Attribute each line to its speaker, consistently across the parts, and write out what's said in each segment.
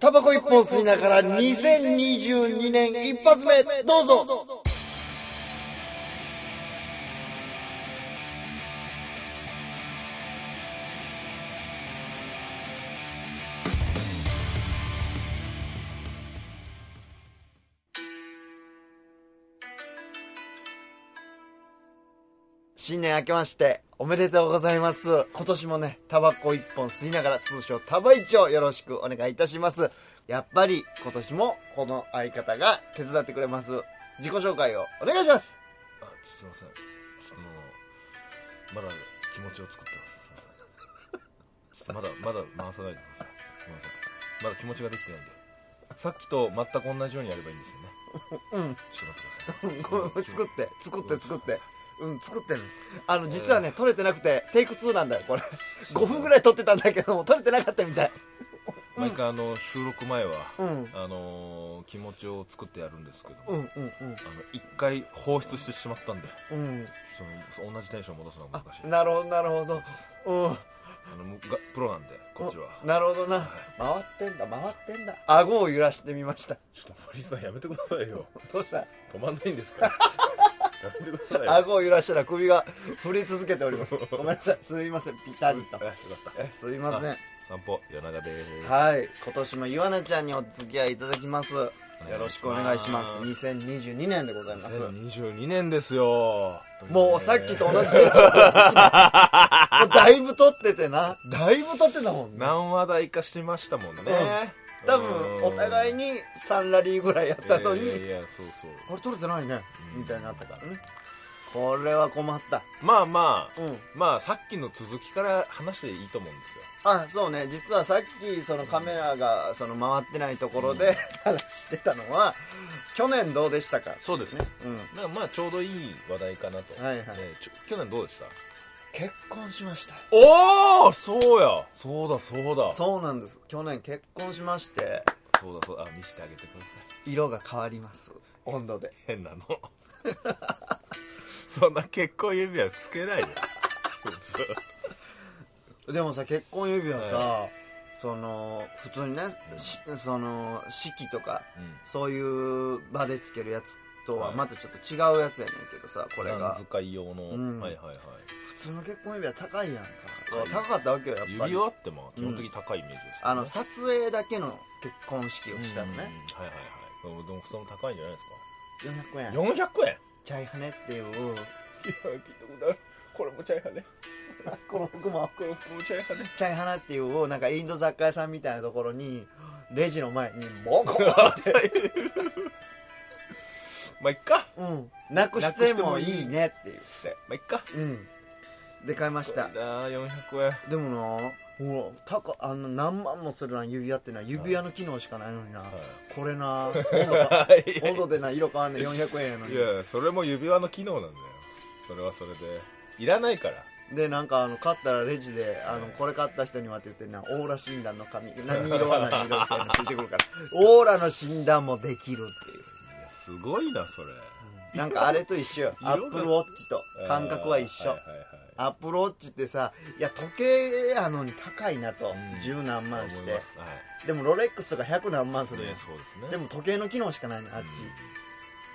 Speaker 1: タバコ一本吸いながら2022年一発目どうぞ新年明けましておめでとうございます今年もねタバコ一本吸いながら通称タバイチをよろしくお願いいたしますやっぱり今年もこの相方が手伝ってくれます自己紹介をお願いします
Speaker 2: あすいませんちょっともうまだ気持ちを作ってますすいませんちょっとまだまだ回さないでくださいごめんなさいまだ気持ちができてないんでさっきと全く同じようにやればいいんですよね
Speaker 1: うん
Speaker 2: ちょっと待ってください
Speaker 1: 作って作って作ってうん作ってるあの
Speaker 2: ん
Speaker 1: 実はね撮れてなくてテイク2なんだよこれ5分ぐらい撮ってたんだけども撮れてなかったみたい
Speaker 2: 毎回あの収録前は、
Speaker 1: うん
Speaker 2: あのー気持ちを作ってやるんですけど
Speaker 1: う
Speaker 2: も、
Speaker 1: んうん
Speaker 2: あの一回放出してしまったんで
Speaker 1: うんうん
Speaker 2: ちょっと同じテンション戻すのは
Speaker 1: あ
Speaker 2: 難しい
Speaker 1: なるほどなるほどうん
Speaker 2: あのむがプロなんでこっちは
Speaker 1: なるほどな回ってんだ回ってんだ顎を揺らしてみました
Speaker 2: ちょっと森さんやめてくださいよ
Speaker 1: どうした
Speaker 2: 止まんないんですから やめてくださいよ
Speaker 1: 顎を揺らしたら首が振り続けておりますごめんなさいすいませんピタリと
Speaker 2: あよかった
Speaker 1: えすいません
Speaker 2: 散歩夜長でーす
Speaker 1: はい今年もゆわなちゃんにお付き合いいただきますよろしくお願いします
Speaker 2: お願い
Speaker 1: 2022年でございます
Speaker 2: 2022年ですよ
Speaker 1: もうさっきと同じテンションもうだいぶ撮っててなだいぶ撮ってたもんね
Speaker 2: 何話題かしてましたもんね
Speaker 1: ね多分お互いに3ラリーぐらいやったのに、
Speaker 2: いやいやいやそうそう
Speaker 1: あれ撮れてないね、
Speaker 2: うん
Speaker 1: みたいになったからねこれは困った
Speaker 2: まあまあ、
Speaker 1: うん
Speaker 2: まあさっきの続きから話していいと思うんですよ
Speaker 1: あそうね実はさっきそのカメラがその回ってないところで、話してたのは去年どうでしたか
Speaker 2: そうです、
Speaker 1: うん
Speaker 2: なんかまあちょうどいい話題かなと、
Speaker 1: はいはい
Speaker 2: ねちょ去年どうでした
Speaker 1: 結婚しました
Speaker 2: おおそうやそうだそうだそう
Speaker 1: そうなんです去年結婚しまして
Speaker 2: だそうだあ見せてあげてください
Speaker 1: 色が変わります温度で
Speaker 2: 変なの そんな結婚指輪つけないよ普通
Speaker 1: でもさ結婚指輪さ、
Speaker 2: は
Speaker 1: その普通にね、しその式とか、
Speaker 2: うん
Speaker 1: そういう場でつけるやつとは
Speaker 2: はい
Speaker 1: またちょっと違うやつやねんけどさこれが
Speaker 2: 普段使い用の、
Speaker 1: うん
Speaker 2: はいはいはい
Speaker 1: 普通の結婚指輪高いやんか
Speaker 2: 高い
Speaker 1: 高かったわけよやっぱり
Speaker 2: 指輪ってまあ基本的に高いイメージですよね、
Speaker 1: あの撮影だけの結婚式を
Speaker 2: うん
Speaker 1: したのね、
Speaker 2: はいはいはいでもでもその高いんじゃないですか
Speaker 1: 400円
Speaker 2: 400円
Speaker 1: チャイハネっていう
Speaker 2: いや聞いたことあるこれもチャイハネ
Speaker 1: この服も
Speaker 2: これもチャイハネ
Speaker 1: チャイハナっていうなんかインド雑貨屋さんみたいなところにレジの前にボコッて、
Speaker 2: まあいっか
Speaker 1: うん、なくしてもいいねって言って
Speaker 2: まあいっか
Speaker 1: うんで買いました
Speaker 2: だあ400円
Speaker 1: でもなほら高あの何万もするな指輪ってな指輪の機能しかないのにな、これな 温度か温度でな色変わんねん400円やのに
Speaker 2: いやそれも指輪の機能なんだよそれはそれでいらないから
Speaker 1: でなんかあの買ったらレジで「あの
Speaker 2: はい
Speaker 1: これ買った人には」って言ってなオーラ診断の紙何色は何色みたいなのついてくるからオーラの診断もできるっていう
Speaker 2: いやすごいなそれ、
Speaker 1: なんかあ れと一緒よ
Speaker 2: 色が
Speaker 1: アップルウォッチと感覚は一緒、
Speaker 2: あーはいはいはい
Speaker 1: アップルウォッチってさいや時計やのに高いなと
Speaker 2: うん
Speaker 1: 十、何万し
Speaker 2: 思いま
Speaker 1: て
Speaker 2: すは
Speaker 1: でもロレックスとか百何万す
Speaker 2: い
Speaker 1: る
Speaker 2: ね
Speaker 1: やん
Speaker 2: そうですね
Speaker 1: でも時計の機能しかないのあっち、
Speaker 2: う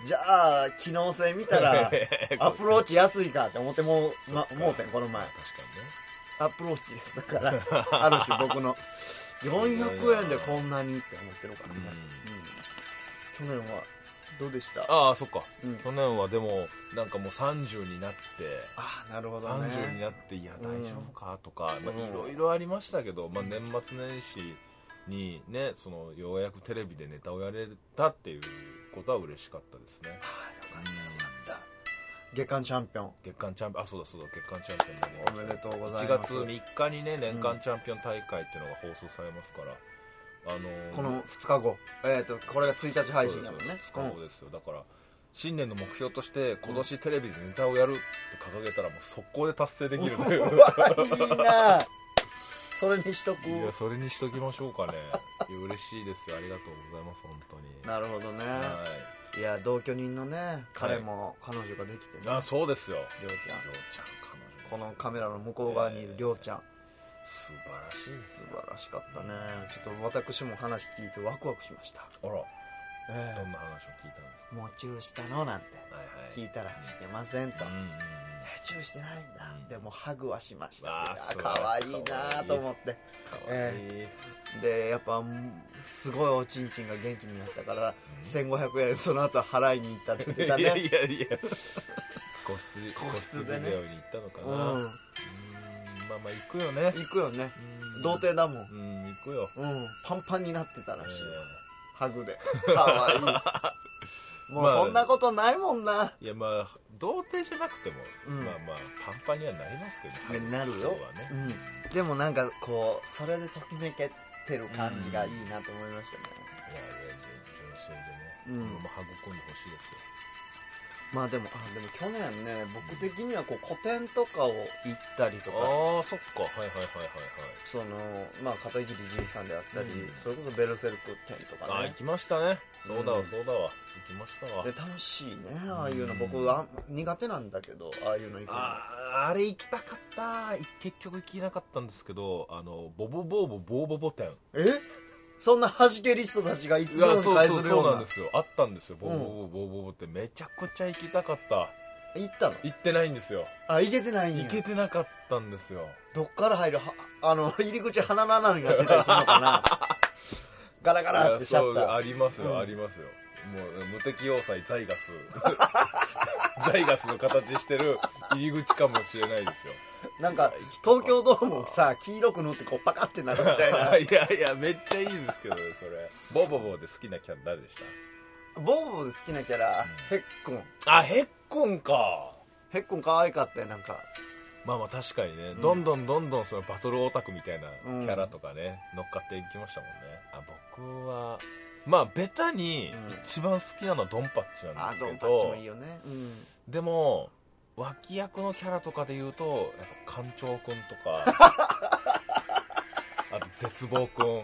Speaker 1: じゃあ機能性見た
Speaker 2: ん
Speaker 1: らアップルウォッ
Speaker 2: チ
Speaker 1: チ安いかって思ってもう、ま、
Speaker 2: そっか
Speaker 1: もうてんこの前
Speaker 2: 確
Speaker 1: アップルウォッチですだから ある種僕の
Speaker 2: ごいな
Speaker 1: 400円でこんなにって思ってるから
Speaker 2: か
Speaker 1: ね
Speaker 2: にね、
Speaker 1: うん去年はどうでしたあ
Speaker 2: ああそっか、
Speaker 1: うん
Speaker 2: 去年はでもなんかもう30になって
Speaker 1: あなるほど
Speaker 2: 30に
Speaker 1: ね
Speaker 2: なっていや大丈夫かとか、
Speaker 1: ん
Speaker 2: まあ、いろいろありましたけど、まあ、年末年始にねそのようやくテレビでネタをやれたっていうことは嬉しかったですね
Speaker 1: ああよかった月間チャンピオン
Speaker 2: 月間チャンピオンあそうだそうだ月間チャンピオンになりました
Speaker 1: おめでとうござ
Speaker 2: 1
Speaker 1: いま
Speaker 2: 月
Speaker 1: す
Speaker 2: 3日にね年間チャンピオン大会っていうのが放送されますから、あのー
Speaker 1: この2日後えっ、とこれが1日配信やもんね
Speaker 2: そうです2日後ですよ、だから新年の目標として今年テレビでネタをやるって掲げたらもう速攻で達成できるという
Speaker 1: うわいいなそれにしとく
Speaker 2: いやそれにしときましょうかねいや嬉しいですよありがとうございます本当に
Speaker 1: なるほどね
Speaker 2: はい
Speaker 1: いや同居人のね彼も彼女ができてね、
Speaker 2: あそうですよ
Speaker 1: りょうちゃん
Speaker 2: りょうちゃん彼女
Speaker 1: このカメラの向こう側にいるりょうちゃん、
Speaker 2: 素晴らしいです
Speaker 1: 素晴らしかったねちょっと私も話聞いてワクワクしました
Speaker 2: あら
Speaker 1: え
Speaker 2: どんな話を聞いたんです
Speaker 1: えもうチューしたのなんて
Speaker 2: かはいはい
Speaker 1: 聞いたらしてませんと、
Speaker 2: うんうんうん
Speaker 1: えチューしてないんだ、
Speaker 2: うん
Speaker 1: でもハグはしました
Speaker 2: わあ
Speaker 1: いや
Speaker 2: すごい
Speaker 1: 可愛いなと思って
Speaker 2: かわいい、
Speaker 1: でやっぱうんすごいおちんちんが元気になったから、1500円その後払いに行ったって言ってた
Speaker 2: いや
Speaker 1: ね
Speaker 2: いやいや個室
Speaker 1: 個室でね
Speaker 2: 個ビデオに行ったのか
Speaker 1: う
Speaker 2: な、うん
Speaker 1: ん、
Speaker 2: まあまあ行くよね
Speaker 1: 行くよね
Speaker 2: うん
Speaker 1: 童貞だもん、
Speaker 2: うん行くよ
Speaker 1: うん、パンパンになってたらしいよ、
Speaker 2: い
Speaker 1: ハグでかわいいもう
Speaker 2: まあ
Speaker 1: そんなことないもんな、
Speaker 2: やまあ童貞じゃなくても、
Speaker 1: うん
Speaker 2: まあまあパンパンにはなりますけどね
Speaker 1: なるよ
Speaker 2: 今日はね、
Speaker 1: うん、でもなんかこうそれでときめけてる感じがいいなと思いましたね、
Speaker 2: いやいやいや純粋でね、
Speaker 1: うん
Speaker 2: このままはぐこんでほしいですよ
Speaker 1: まあでもあでも去年ね僕的にはこう個展とかを行ったりとか
Speaker 2: ああそっかはいはいはい
Speaker 1: そのまあ片桐仁さんであったり、
Speaker 2: うん
Speaker 1: それこそベルセルク展とか
Speaker 2: はいはい、あー
Speaker 1: ね
Speaker 2: 行きましたねそうだわ、
Speaker 1: うん
Speaker 2: そうだわ行きましたわ
Speaker 1: で楽しいねああいうの
Speaker 2: うん
Speaker 1: 僕は苦手なんだけどああいうの行くの
Speaker 2: あーあれ行きたかったい結局行きなかったんですけどあのボボボーボボーボボ店
Speaker 1: えそんな弾けリストたちがいつもに返するよう
Speaker 2: そう
Speaker 1: な
Speaker 2: なんですよあったんですよボボボボボボボってめちゃくちゃ行きたかった
Speaker 1: 行ったの
Speaker 2: 行ってないんですよ
Speaker 1: あ行けてないんや
Speaker 2: 行けてなかったんですよ
Speaker 1: どっから入るはあの 入り口鼻の穴になってたりするのか なガラガラってシャッタ
Speaker 2: いやそうあ
Speaker 1: ー
Speaker 2: りますよ、
Speaker 1: うん
Speaker 2: ありますよもう無敵要塞ザイガス ザイガスの形してる入り口かもしれないですよ
Speaker 1: なんか東京ドームをさ黄色く塗ってこうパカってなるみたいな
Speaker 2: いやいやめっちゃいいですけどねそれボボボで好きなキャラ誰でし
Speaker 1: ボーボーで好きなキャラ、ヘッコン
Speaker 2: たあヘッコンか
Speaker 1: ヘッコン可愛かったよなんか
Speaker 2: まあまあ確かにね、
Speaker 1: うん
Speaker 2: どんどんどんどんそのバトルオタクみたいなキ
Speaker 1: うん
Speaker 2: ャラとかね、乗っかっていきましたもんねあ僕はまあベタに
Speaker 1: うん
Speaker 2: 一番好きなのはドンパッチなん
Speaker 1: あ
Speaker 2: です
Speaker 1: ドン
Speaker 2: け
Speaker 1: パッチ
Speaker 2: ど、
Speaker 1: もいいよねうん
Speaker 2: でも脇役のキャラとかで言うとやっぱ館長くんとかあと絶望くん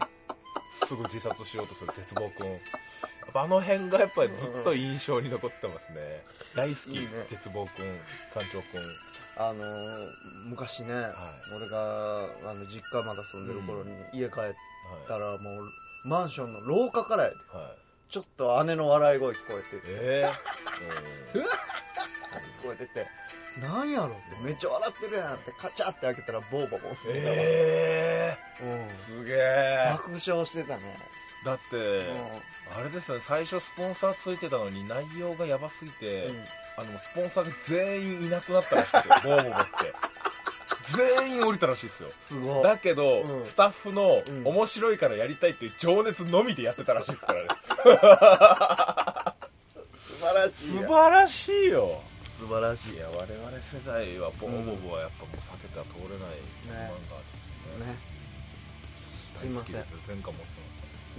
Speaker 2: すぐ自殺しようとする絶望くんやっぱあの辺がやっぱりずっと印象に残ってますね大好き
Speaker 1: いいね
Speaker 2: 絶望くん館長くん
Speaker 1: あのー昔ね、
Speaker 2: い
Speaker 1: 俺があの実家まだ住んでる頃に家帰った
Speaker 2: は
Speaker 1: らもうマンションの廊下からやで
Speaker 2: い、はい、
Speaker 1: ちょっと姉の笑い声聞こえて
Speaker 2: ええ
Speaker 1: カ
Speaker 2: ー、
Speaker 1: ーって聞こえててなんやろってめっちゃ笑ってるやんってカチャって開けたらボーボーボーってたわ
Speaker 2: え
Speaker 1: うん
Speaker 2: ー、すげえ
Speaker 1: 爆笑してたね、
Speaker 2: だって、あれですね最初スポンサーついてたのに内容がやばすぎて、
Speaker 1: うん
Speaker 2: あのスポンサーが全員いなくなったら しくてボーボーボって全員降りたらしいですよ
Speaker 1: すごい
Speaker 2: だけど、
Speaker 1: うん
Speaker 2: スタッフの
Speaker 1: うん
Speaker 2: 面白いからやりたいっていう情熱のみでやってたらしいですからね
Speaker 1: 素晴らしい
Speaker 2: 素
Speaker 1: や
Speaker 2: 晴らしいよ
Speaker 1: 素晴らしい
Speaker 2: いや我々世代はボーボーボはやっぱもう避けては通れない
Speaker 1: ね
Speaker 2: 漫画
Speaker 1: ね
Speaker 2: です
Speaker 1: すい
Speaker 2: ね大
Speaker 1: ま
Speaker 2: 好き
Speaker 1: せん
Speaker 2: です前科持ってま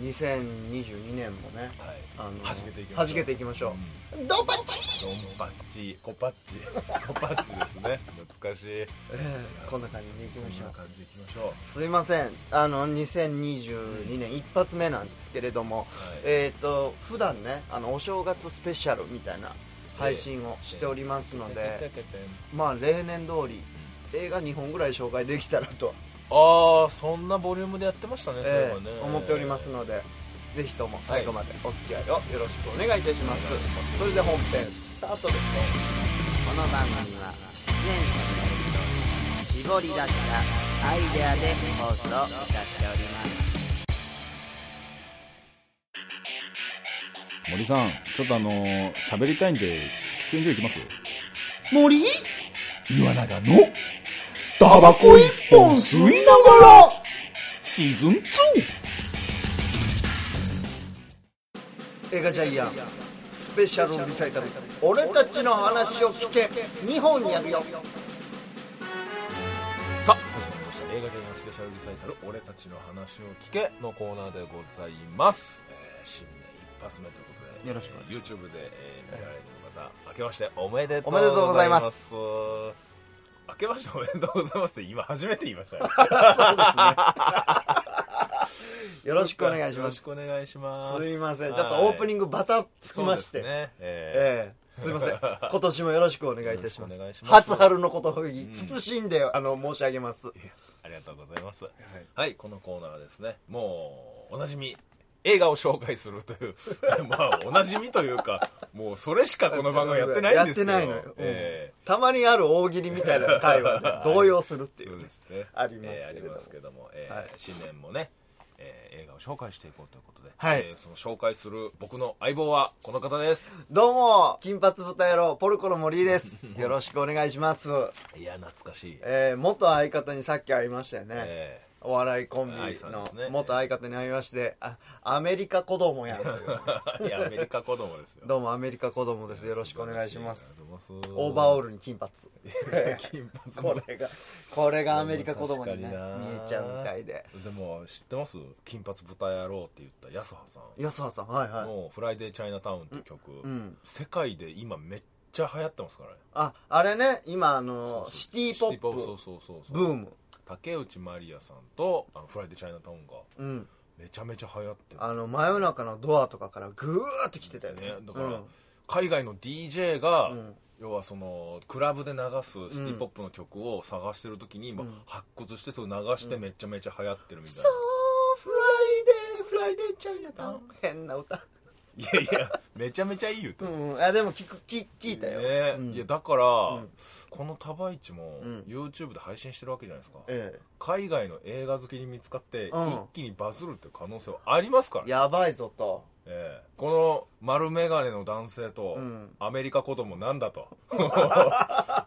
Speaker 1: 2022年もね
Speaker 2: すからはい
Speaker 1: あの
Speaker 2: 弾けていきましょ
Speaker 1: 弾
Speaker 2: う
Speaker 1: けていきましょ
Speaker 2: うん
Speaker 1: う、ドンパッチ
Speaker 2: ドンパッチコパッチコパッチですね懐かしい
Speaker 1: ええこんな感じでいき
Speaker 2: こ
Speaker 1: まし
Speaker 2: ん
Speaker 1: ょ
Speaker 2: な
Speaker 1: う
Speaker 2: 感じでいきましょ
Speaker 1: すいませんあの2022年一発目なんですけれども、
Speaker 2: う、はい、
Speaker 1: えっ、と普段ねあのお正月スペシャルみたいな配信をしておりますので、まあ例年通り映画2本ぐらい紹介できたらと、
Speaker 2: ああそんなボリュームでやってましたね、
Speaker 1: え
Speaker 2: そういえば
Speaker 1: え
Speaker 2: ね
Speaker 1: 思っておりますのでぜひとも最後までお付き合いをよろしくお願いいたします、
Speaker 2: お願いします
Speaker 1: それで本編スタートですこの番組は全国の絞り出したアイデアで放送いたしております
Speaker 3: 森さん、ちょっとあのー喋りたいんで、喫煙所行きます
Speaker 1: 森
Speaker 3: 岩永の、タバコ一本吸いながら、シーズン 2!
Speaker 1: 映画ジャイアンスペシャルリサイタル俺たちの話を聞け2本やるよ
Speaker 2: さあ始まりました映画ジャイアンスペシャルリサイタル「俺たちの話を聞け」のコーナーでございます、えー新年一発目ということで
Speaker 1: よろしくお願い
Speaker 2: えー YouTube で、えー見られてる方明けましておめでとう
Speaker 1: おめでとうございます
Speaker 2: ございます明けましておめでとうございますって今初めて言いましたね
Speaker 1: そうですね よろしくお願いし
Speaker 2: よろ
Speaker 1: ま
Speaker 2: し
Speaker 1: す
Speaker 2: くお願いしますす
Speaker 1: いませんちょっとオープニ
Speaker 2: ング
Speaker 1: ングバタつきまして、
Speaker 2: ねえ
Speaker 1: ええすいま せん。今年もよろしくお願いいたします。
Speaker 2: よろしくお願いします
Speaker 1: 初春のことに慎んで、あの、申し上げます。
Speaker 2: ありがとうございます。はい、このコーナーはですね、もう、おなじみ、映画を紹介するという、 まあ、おなじみというか、もう、それしかこの番組やってないんですけど、
Speaker 1: やってないのよ。うん
Speaker 2: え
Speaker 1: たまにある大喜利みたいな会話で動揺するって
Speaker 2: え
Speaker 1: いう
Speaker 2: そう
Speaker 1: ね
Speaker 2: で。すね。
Speaker 1: ありますけれども
Speaker 2: ええありますけども、ええ
Speaker 1: はい
Speaker 2: 新年もね、ええ映画を紹介していこうということで、
Speaker 1: はい
Speaker 2: ええその紹介する僕の相棒はこの方です。
Speaker 1: どうも、金髪豚野郎、ポルコの森井です。よろしくお願いします。
Speaker 2: いや、懐かしい。
Speaker 1: えー、元相方にさっき会いましたよね。
Speaker 2: え
Speaker 1: お笑いコンビ
Speaker 2: 愛さんですね
Speaker 1: の元相方に会いまして、あ、アメリカ子供やんという。
Speaker 2: え いや、アメリカ子供ですよ。
Speaker 1: どうもアメリカ子供です。よろしくお願いします。。オーバーオールに金髪。
Speaker 2: ル。 金髪の
Speaker 1: これが、これがアメリカ子供にね、見え
Speaker 2: 確かにな
Speaker 1: ちゃうみたいで。
Speaker 2: でも知ってます金髪豚野郎って言った安葉さん
Speaker 1: 安葉さん、はいはい。
Speaker 2: の「フライデーチャイナタウン」って曲、
Speaker 1: ん
Speaker 2: 世界で今めっちゃ流行ってますからね
Speaker 1: あ、あれね、今あの、
Speaker 2: そうそう
Speaker 1: シティポッ
Speaker 2: そう
Speaker 1: プ
Speaker 2: そうそうそう
Speaker 1: ブーム。
Speaker 2: 竹内まりやさんとあのフライデーチャイナタウンが
Speaker 1: うん。
Speaker 2: めちゃめちゃ流行ってる
Speaker 1: あの、真夜中のドアとかからぐーって来てたよね
Speaker 2: ね。だから、
Speaker 1: うん
Speaker 2: 海外の DJ が、
Speaker 1: ん
Speaker 2: 要はそのクラブで流すシティ・ポップの曲を探してる時に、今発掘してそれ流してめちゃめちゃ流行ってるみたいな、
Speaker 1: そう、フライデー、フライデーチャイナタウン。変な歌。
Speaker 2: いやいやめちゃめちゃいいよって
Speaker 1: うん、うん。あ、でも聞く、聞、聞いたよ。
Speaker 2: ね
Speaker 1: うん
Speaker 2: いやだから、この「タバイチ」も
Speaker 1: ん
Speaker 2: YouTube で配信してるわけじゃないですか、
Speaker 1: ええ。
Speaker 2: 海外の映画好きに見つかって、
Speaker 1: うん
Speaker 2: 一気にバズるっていう可能性はありますからね、
Speaker 1: やばいぞと。
Speaker 2: ええこの丸眼鏡の男性と、
Speaker 1: うん
Speaker 2: アメリカ子供なん だと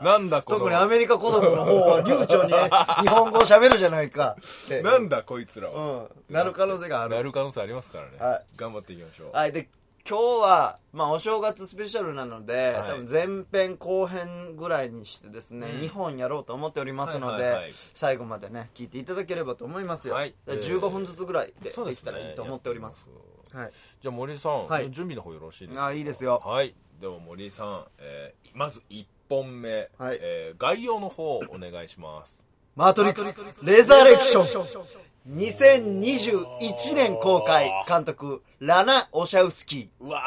Speaker 2: なんだこ
Speaker 1: 特
Speaker 2: の
Speaker 1: にアメリカ子供の方は流暢に ね日本語を喋るじゃないかって。
Speaker 2: なんだこいつら
Speaker 1: う
Speaker 2: は、
Speaker 1: ん。なる可能性があ
Speaker 2: な
Speaker 1: る。
Speaker 2: る可能性ありますからね、
Speaker 1: はい
Speaker 2: 頑張っていきましょう、
Speaker 1: はい。で、今日は、まあ、お正月スペシャルなので、
Speaker 2: はい
Speaker 1: 多分前編後編ぐらいにしてですね、
Speaker 2: うん
Speaker 1: 2本やろうと思っておりますので、
Speaker 2: はいはいはい
Speaker 1: 最後までね、聞いていただければと思いますよ。
Speaker 2: はい
Speaker 1: で
Speaker 2: えー
Speaker 1: 15分ずつぐらいで
Speaker 2: そう
Speaker 1: で
Speaker 2: で
Speaker 1: き
Speaker 2: す
Speaker 1: た
Speaker 2: ね
Speaker 1: らいいと思っております。
Speaker 2: やってみ
Speaker 1: はい。
Speaker 2: じゃあ森井さん、
Speaker 1: はい
Speaker 2: 準備の方よろしいですか
Speaker 1: あいいですよ
Speaker 2: はいでは森井さん、えーまず1本目、
Speaker 1: はい
Speaker 2: えー概要の方お願いします
Speaker 1: マトリックス、レザレクション。2021年公開、監督、ラナ・オシャウスキー。
Speaker 2: うわ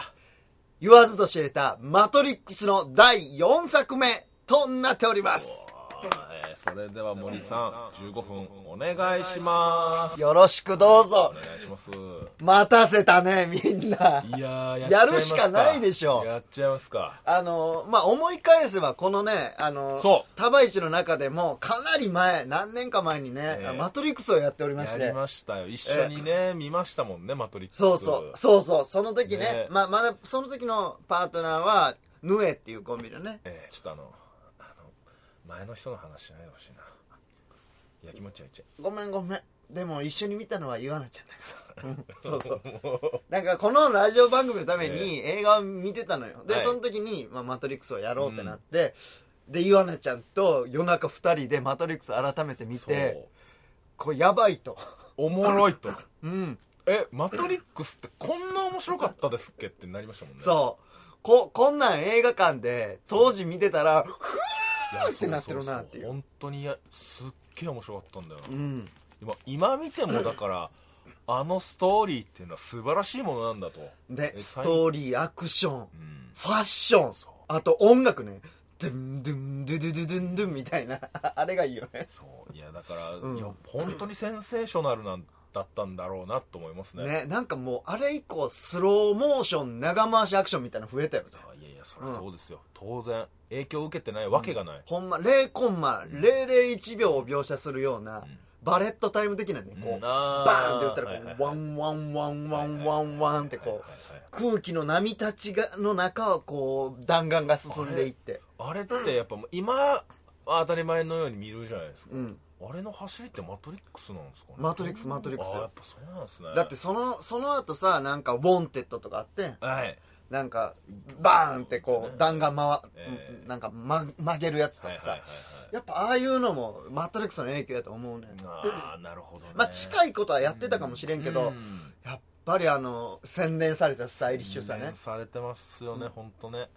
Speaker 1: 言わずと知れたマトリックスの第4作目となっております。
Speaker 2: えーそれでは森井さん15分お願いします
Speaker 1: よろしくどう
Speaker 2: お
Speaker 1: ぞ
Speaker 2: 願。いします
Speaker 1: 待たせたね、みんな。
Speaker 2: いやーやっちゃいます
Speaker 1: やるしかないでしょ
Speaker 2: やっちゃいますか
Speaker 1: あのーまあ、思い返せば、このね、あのー
Speaker 2: そう
Speaker 1: タバイチの中でも、かなり前、何年か前にね、
Speaker 2: ええ
Speaker 1: マトリックスをやっておりまし
Speaker 2: やり
Speaker 1: て。
Speaker 2: ましたよ一緒にね見ましたもんねマトリックス
Speaker 1: そうそう、そうそう、その時ね、
Speaker 2: ね
Speaker 1: まあ、まだ、その時のパートナーは、ヌエっていうコンビのね、
Speaker 2: えーちょっとあのあの前の人の話しないでほしいないや気持ちはいっちゃい
Speaker 1: ごめんごめん。でも一緒に見たのは岩名ちゃんだから さ。うんそうそう。 なんかこのラジオ番組のために映画を見てたのよ。で、
Speaker 2: はい
Speaker 1: その時に、まあ、マトリックスをやろうってなって、で、岩名ちゃんと夜中二人でマトリックス改めて見て、これやばいと。
Speaker 2: おもろいと
Speaker 1: うん。
Speaker 2: えマトリックスってこんな面白かったですっけってなりましたもんね
Speaker 1: そう。こ、こんなん映画館で当時見てたら、ふ
Speaker 2: いやそう
Speaker 1: ってなってるなっていう
Speaker 2: そそ本当にいやすっげえ面白かったんだよな、
Speaker 1: うん。
Speaker 2: 今今見ても だからあのストーリーっていうのは素晴らしいものなんだと
Speaker 1: で、
Speaker 2: え
Speaker 1: ス
Speaker 2: 最
Speaker 1: トーリー、アクション、
Speaker 2: うん
Speaker 1: ファッション
Speaker 2: そう、
Speaker 1: あと音楽ね。ドゥンドゥンドゥドゥドゥドゥンドゥンみたいな。 あれがいいよね。
Speaker 2: そういやだから、
Speaker 1: ん
Speaker 2: いや本当にセンセーショナルなんだったんだろうなと思いますね
Speaker 1: ね、なんかもう、あれ以降、スローモーション、長回しアクションみたいなの増えたよね。
Speaker 2: あいやいやそりゃそうですよ、当然影響を受けてないわけがない、
Speaker 1: ほんま、0コンマ001秒を描写するような、バレットタイム的なね、こう、
Speaker 2: あー
Speaker 1: バーンって打ったら、こう、
Speaker 2: はいはいはい
Speaker 1: ワンワンワンワンワンワンってこ、
Speaker 2: はいはいはいう
Speaker 1: 空気の波立ちが、の中をこう、弾丸が進んでいって。
Speaker 2: あれってやっぱもう今は当たり前のように見るじゃないですか、
Speaker 1: うん
Speaker 2: あれの走りってマトリックスなんですかね
Speaker 1: マトリックスマトリックス
Speaker 2: あやっぱそうなんですね
Speaker 1: だって、その、その後さ、なんか、ウォンテッドとかあって、
Speaker 2: はい
Speaker 1: なんか、バーンってこう、弾が回、
Speaker 2: え
Speaker 1: なんか、ま、曲げるやつと
Speaker 2: はいはい
Speaker 1: か
Speaker 2: はいは
Speaker 1: さ
Speaker 2: い、
Speaker 1: やっぱああいうのも、マトリックスの影響やと思うね。
Speaker 2: ああなるほどね
Speaker 1: まあ近いことはやってたかもしれんけど、
Speaker 2: うん
Speaker 1: やっぱりあの、洗練されたスタイリッシュさね
Speaker 2: 洗練。されてますよね、本当ね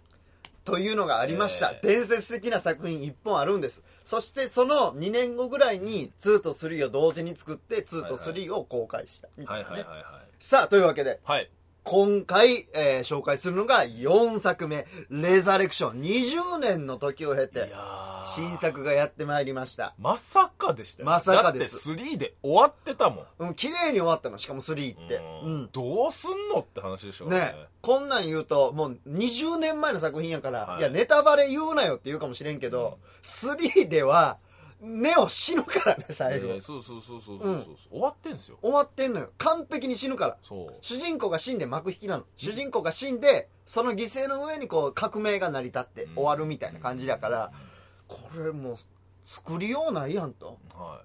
Speaker 1: というのがありました。
Speaker 2: ええ
Speaker 1: 伝説的な作品一本あるんです。そしてその2年後ぐらいに2と3を同時に作って2と3を公開したみた
Speaker 2: はいい
Speaker 1: な
Speaker 2: はい
Speaker 1: ね
Speaker 2: はいはい
Speaker 1: さあ、というわけで、
Speaker 2: はい
Speaker 1: 今回、えー紹介するのが4作目、レザレクション。20年の時を経
Speaker 2: いや
Speaker 1: て、
Speaker 2: ー
Speaker 1: 新作がやってまいりました。
Speaker 2: まさかでしたよ
Speaker 1: まさかです
Speaker 2: だって3で終わってたもん
Speaker 1: うん、綺麗に終わったの、しかも3って。うん。
Speaker 2: どうすんのって話でしょ
Speaker 1: ねこんなん言うと、もう20年前の作品やから、
Speaker 2: はい
Speaker 1: い、や、ネタバレ言うなよって言うかもしれんけど、3では、ネオ死ぬからね、
Speaker 2: え
Speaker 1: 最後。
Speaker 2: ーそうそうそうそうそうそう、終わってんすよ
Speaker 1: 終わってんのよ。完璧に死ぬから。
Speaker 2: そう
Speaker 1: 主人公が死んで幕引きなの主人公が死んでその犠牲の上にこう革命が成り立って終わるみたいな感じだからこれもう作りようないやんと
Speaker 2: は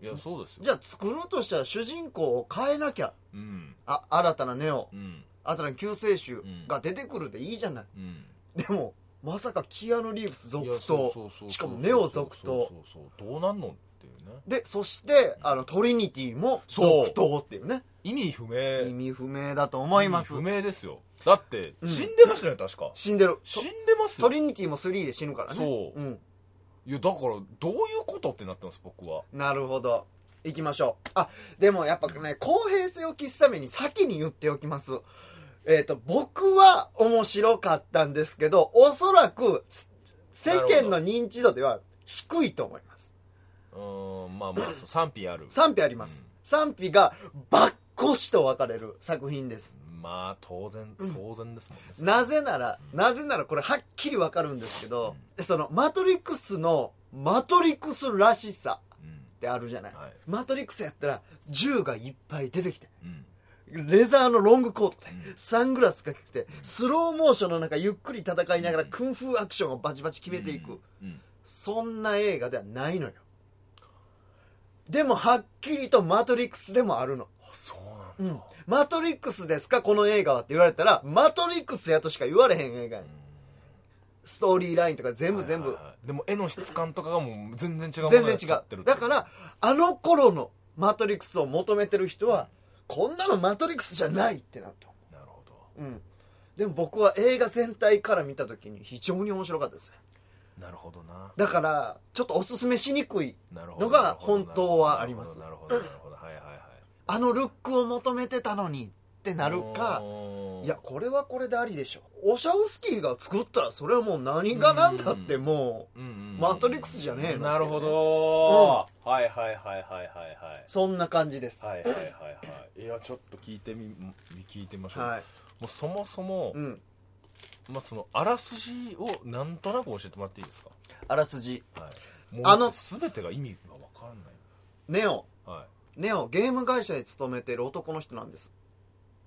Speaker 2: いいやそうですよ
Speaker 1: じゃあ作るとしたら主人公を変えなきゃ
Speaker 2: うん
Speaker 1: あ新たなネオ
Speaker 2: うん
Speaker 1: 新たな救世主が出てくるでいいじゃない
Speaker 2: うん
Speaker 1: でもまさかキアヌ・リーブス
Speaker 2: いや
Speaker 1: 続
Speaker 2: そうそうそうそ
Speaker 1: 投
Speaker 2: う
Speaker 1: しかもネオ続投
Speaker 2: そうそうそうどうなんのっていうね
Speaker 1: でそしてあのトリニティも
Speaker 2: そう
Speaker 1: 続投っていうね
Speaker 2: 意味不明
Speaker 1: 意味不明だと思います
Speaker 2: 意味不明ですよだって
Speaker 1: うん
Speaker 2: 死んでましたよね、確か
Speaker 1: 死んでるト
Speaker 2: 死んでます
Speaker 1: ト
Speaker 2: よ
Speaker 1: リニティも3で死ぬからね
Speaker 2: そう
Speaker 1: うん
Speaker 2: いやだからどういうことってなってます僕は
Speaker 1: なるほど。行きましょう。あ、でもやっぱね、公平性を期すために先に言っておきます。えっ、と、僕は面白かったんですけど、おそらくす世間の認知度では低いと思います。
Speaker 2: うーんまあまあ そう賛否ある
Speaker 1: 賛否あります。賛否がばっこしと分かれる作品です。
Speaker 2: まあ当然当然ですもんね、
Speaker 1: なぜなら、なぜならこれはっきり分かるんですけど、そのマトリックスのマトリックスらしさ
Speaker 2: うん
Speaker 1: ってあるじゃない。
Speaker 2: はい
Speaker 1: マトリックスやったら銃がいっぱい出てきて、
Speaker 2: うん
Speaker 1: レザーのロングコートで
Speaker 2: うん
Speaker 1: サングラスかけてスローモーションの中ゆっくり戦いながらクンフーアクションをバチバチ決めていく
Speaker 2: うんうん
Speaker 1: そんな映画ではないのよでもはっきりと「マトリックス」でもあるの
Speaker 2: あそう
Speaker 1: 「う
Speaker 2: なん
Speaker 1: ん、
Speaker 2: だ、
Speaker 1: マトリックスですかこの映画は」って言われたら「マトリックスや」としか言われへん映画やねんストーリーラインとか全部全
Speaker 2: はい
Speaker 1: 部
Speaker 2: はいはいでも絵の質感とかがもう全然違うもの
Speaker 1: 全然
Speaker 2: になっ
Speaker 1: 違
Speaker 2: ちゃってる
Speaker 1: うだからあの頃の「マトリックス」を求めてる人はこんなの「マトリックス」じゃないってなると
Speaker 2: なるほど
Speaker 1: うん、でも僕は映画全体から見た時に非常に面白かったですね
Speaker 2: なるほどな
Speaker 1: だからちょっとおすすめしにくい
Speaker 2: なるほど
Speaker 1: のが本当はあります
Speaker 2: なるほどなるほどなるほどはいはいはい
Speaker 1: あのルックを求めてたのにってなるか
Speaker 2: おー
Speaker 1: いやこれはこれでありでしょオシャウスキーが作ったらそれはもう何が何だってもう
Speaker 2: うんうんうん
Speaker 1: マトリックスじゃねえの
Speaker 2: なるほど、はいはいはいはいはいはい
Speaker 1: そんな感じです
Speaker 2: はいはいはいはいいやちょっと聞いてみ聞いてみましょう、
Speaker 1: はい
Speaker 2: もうそもそも、
Speaker 1: うん
Speaker 2: まあ、そのあらすじをなんとなく教えてもらっていいですか、
Speaker 1: あらすじ
Speaker 2: はい、もう
Speaker 1: あの
Speaker 2: 全てが意味が分かんな
Speaker 1: ネオ
Speaker 2: い、は
Speaker 1: ネオゲーム会社に勤めてる男の人なんです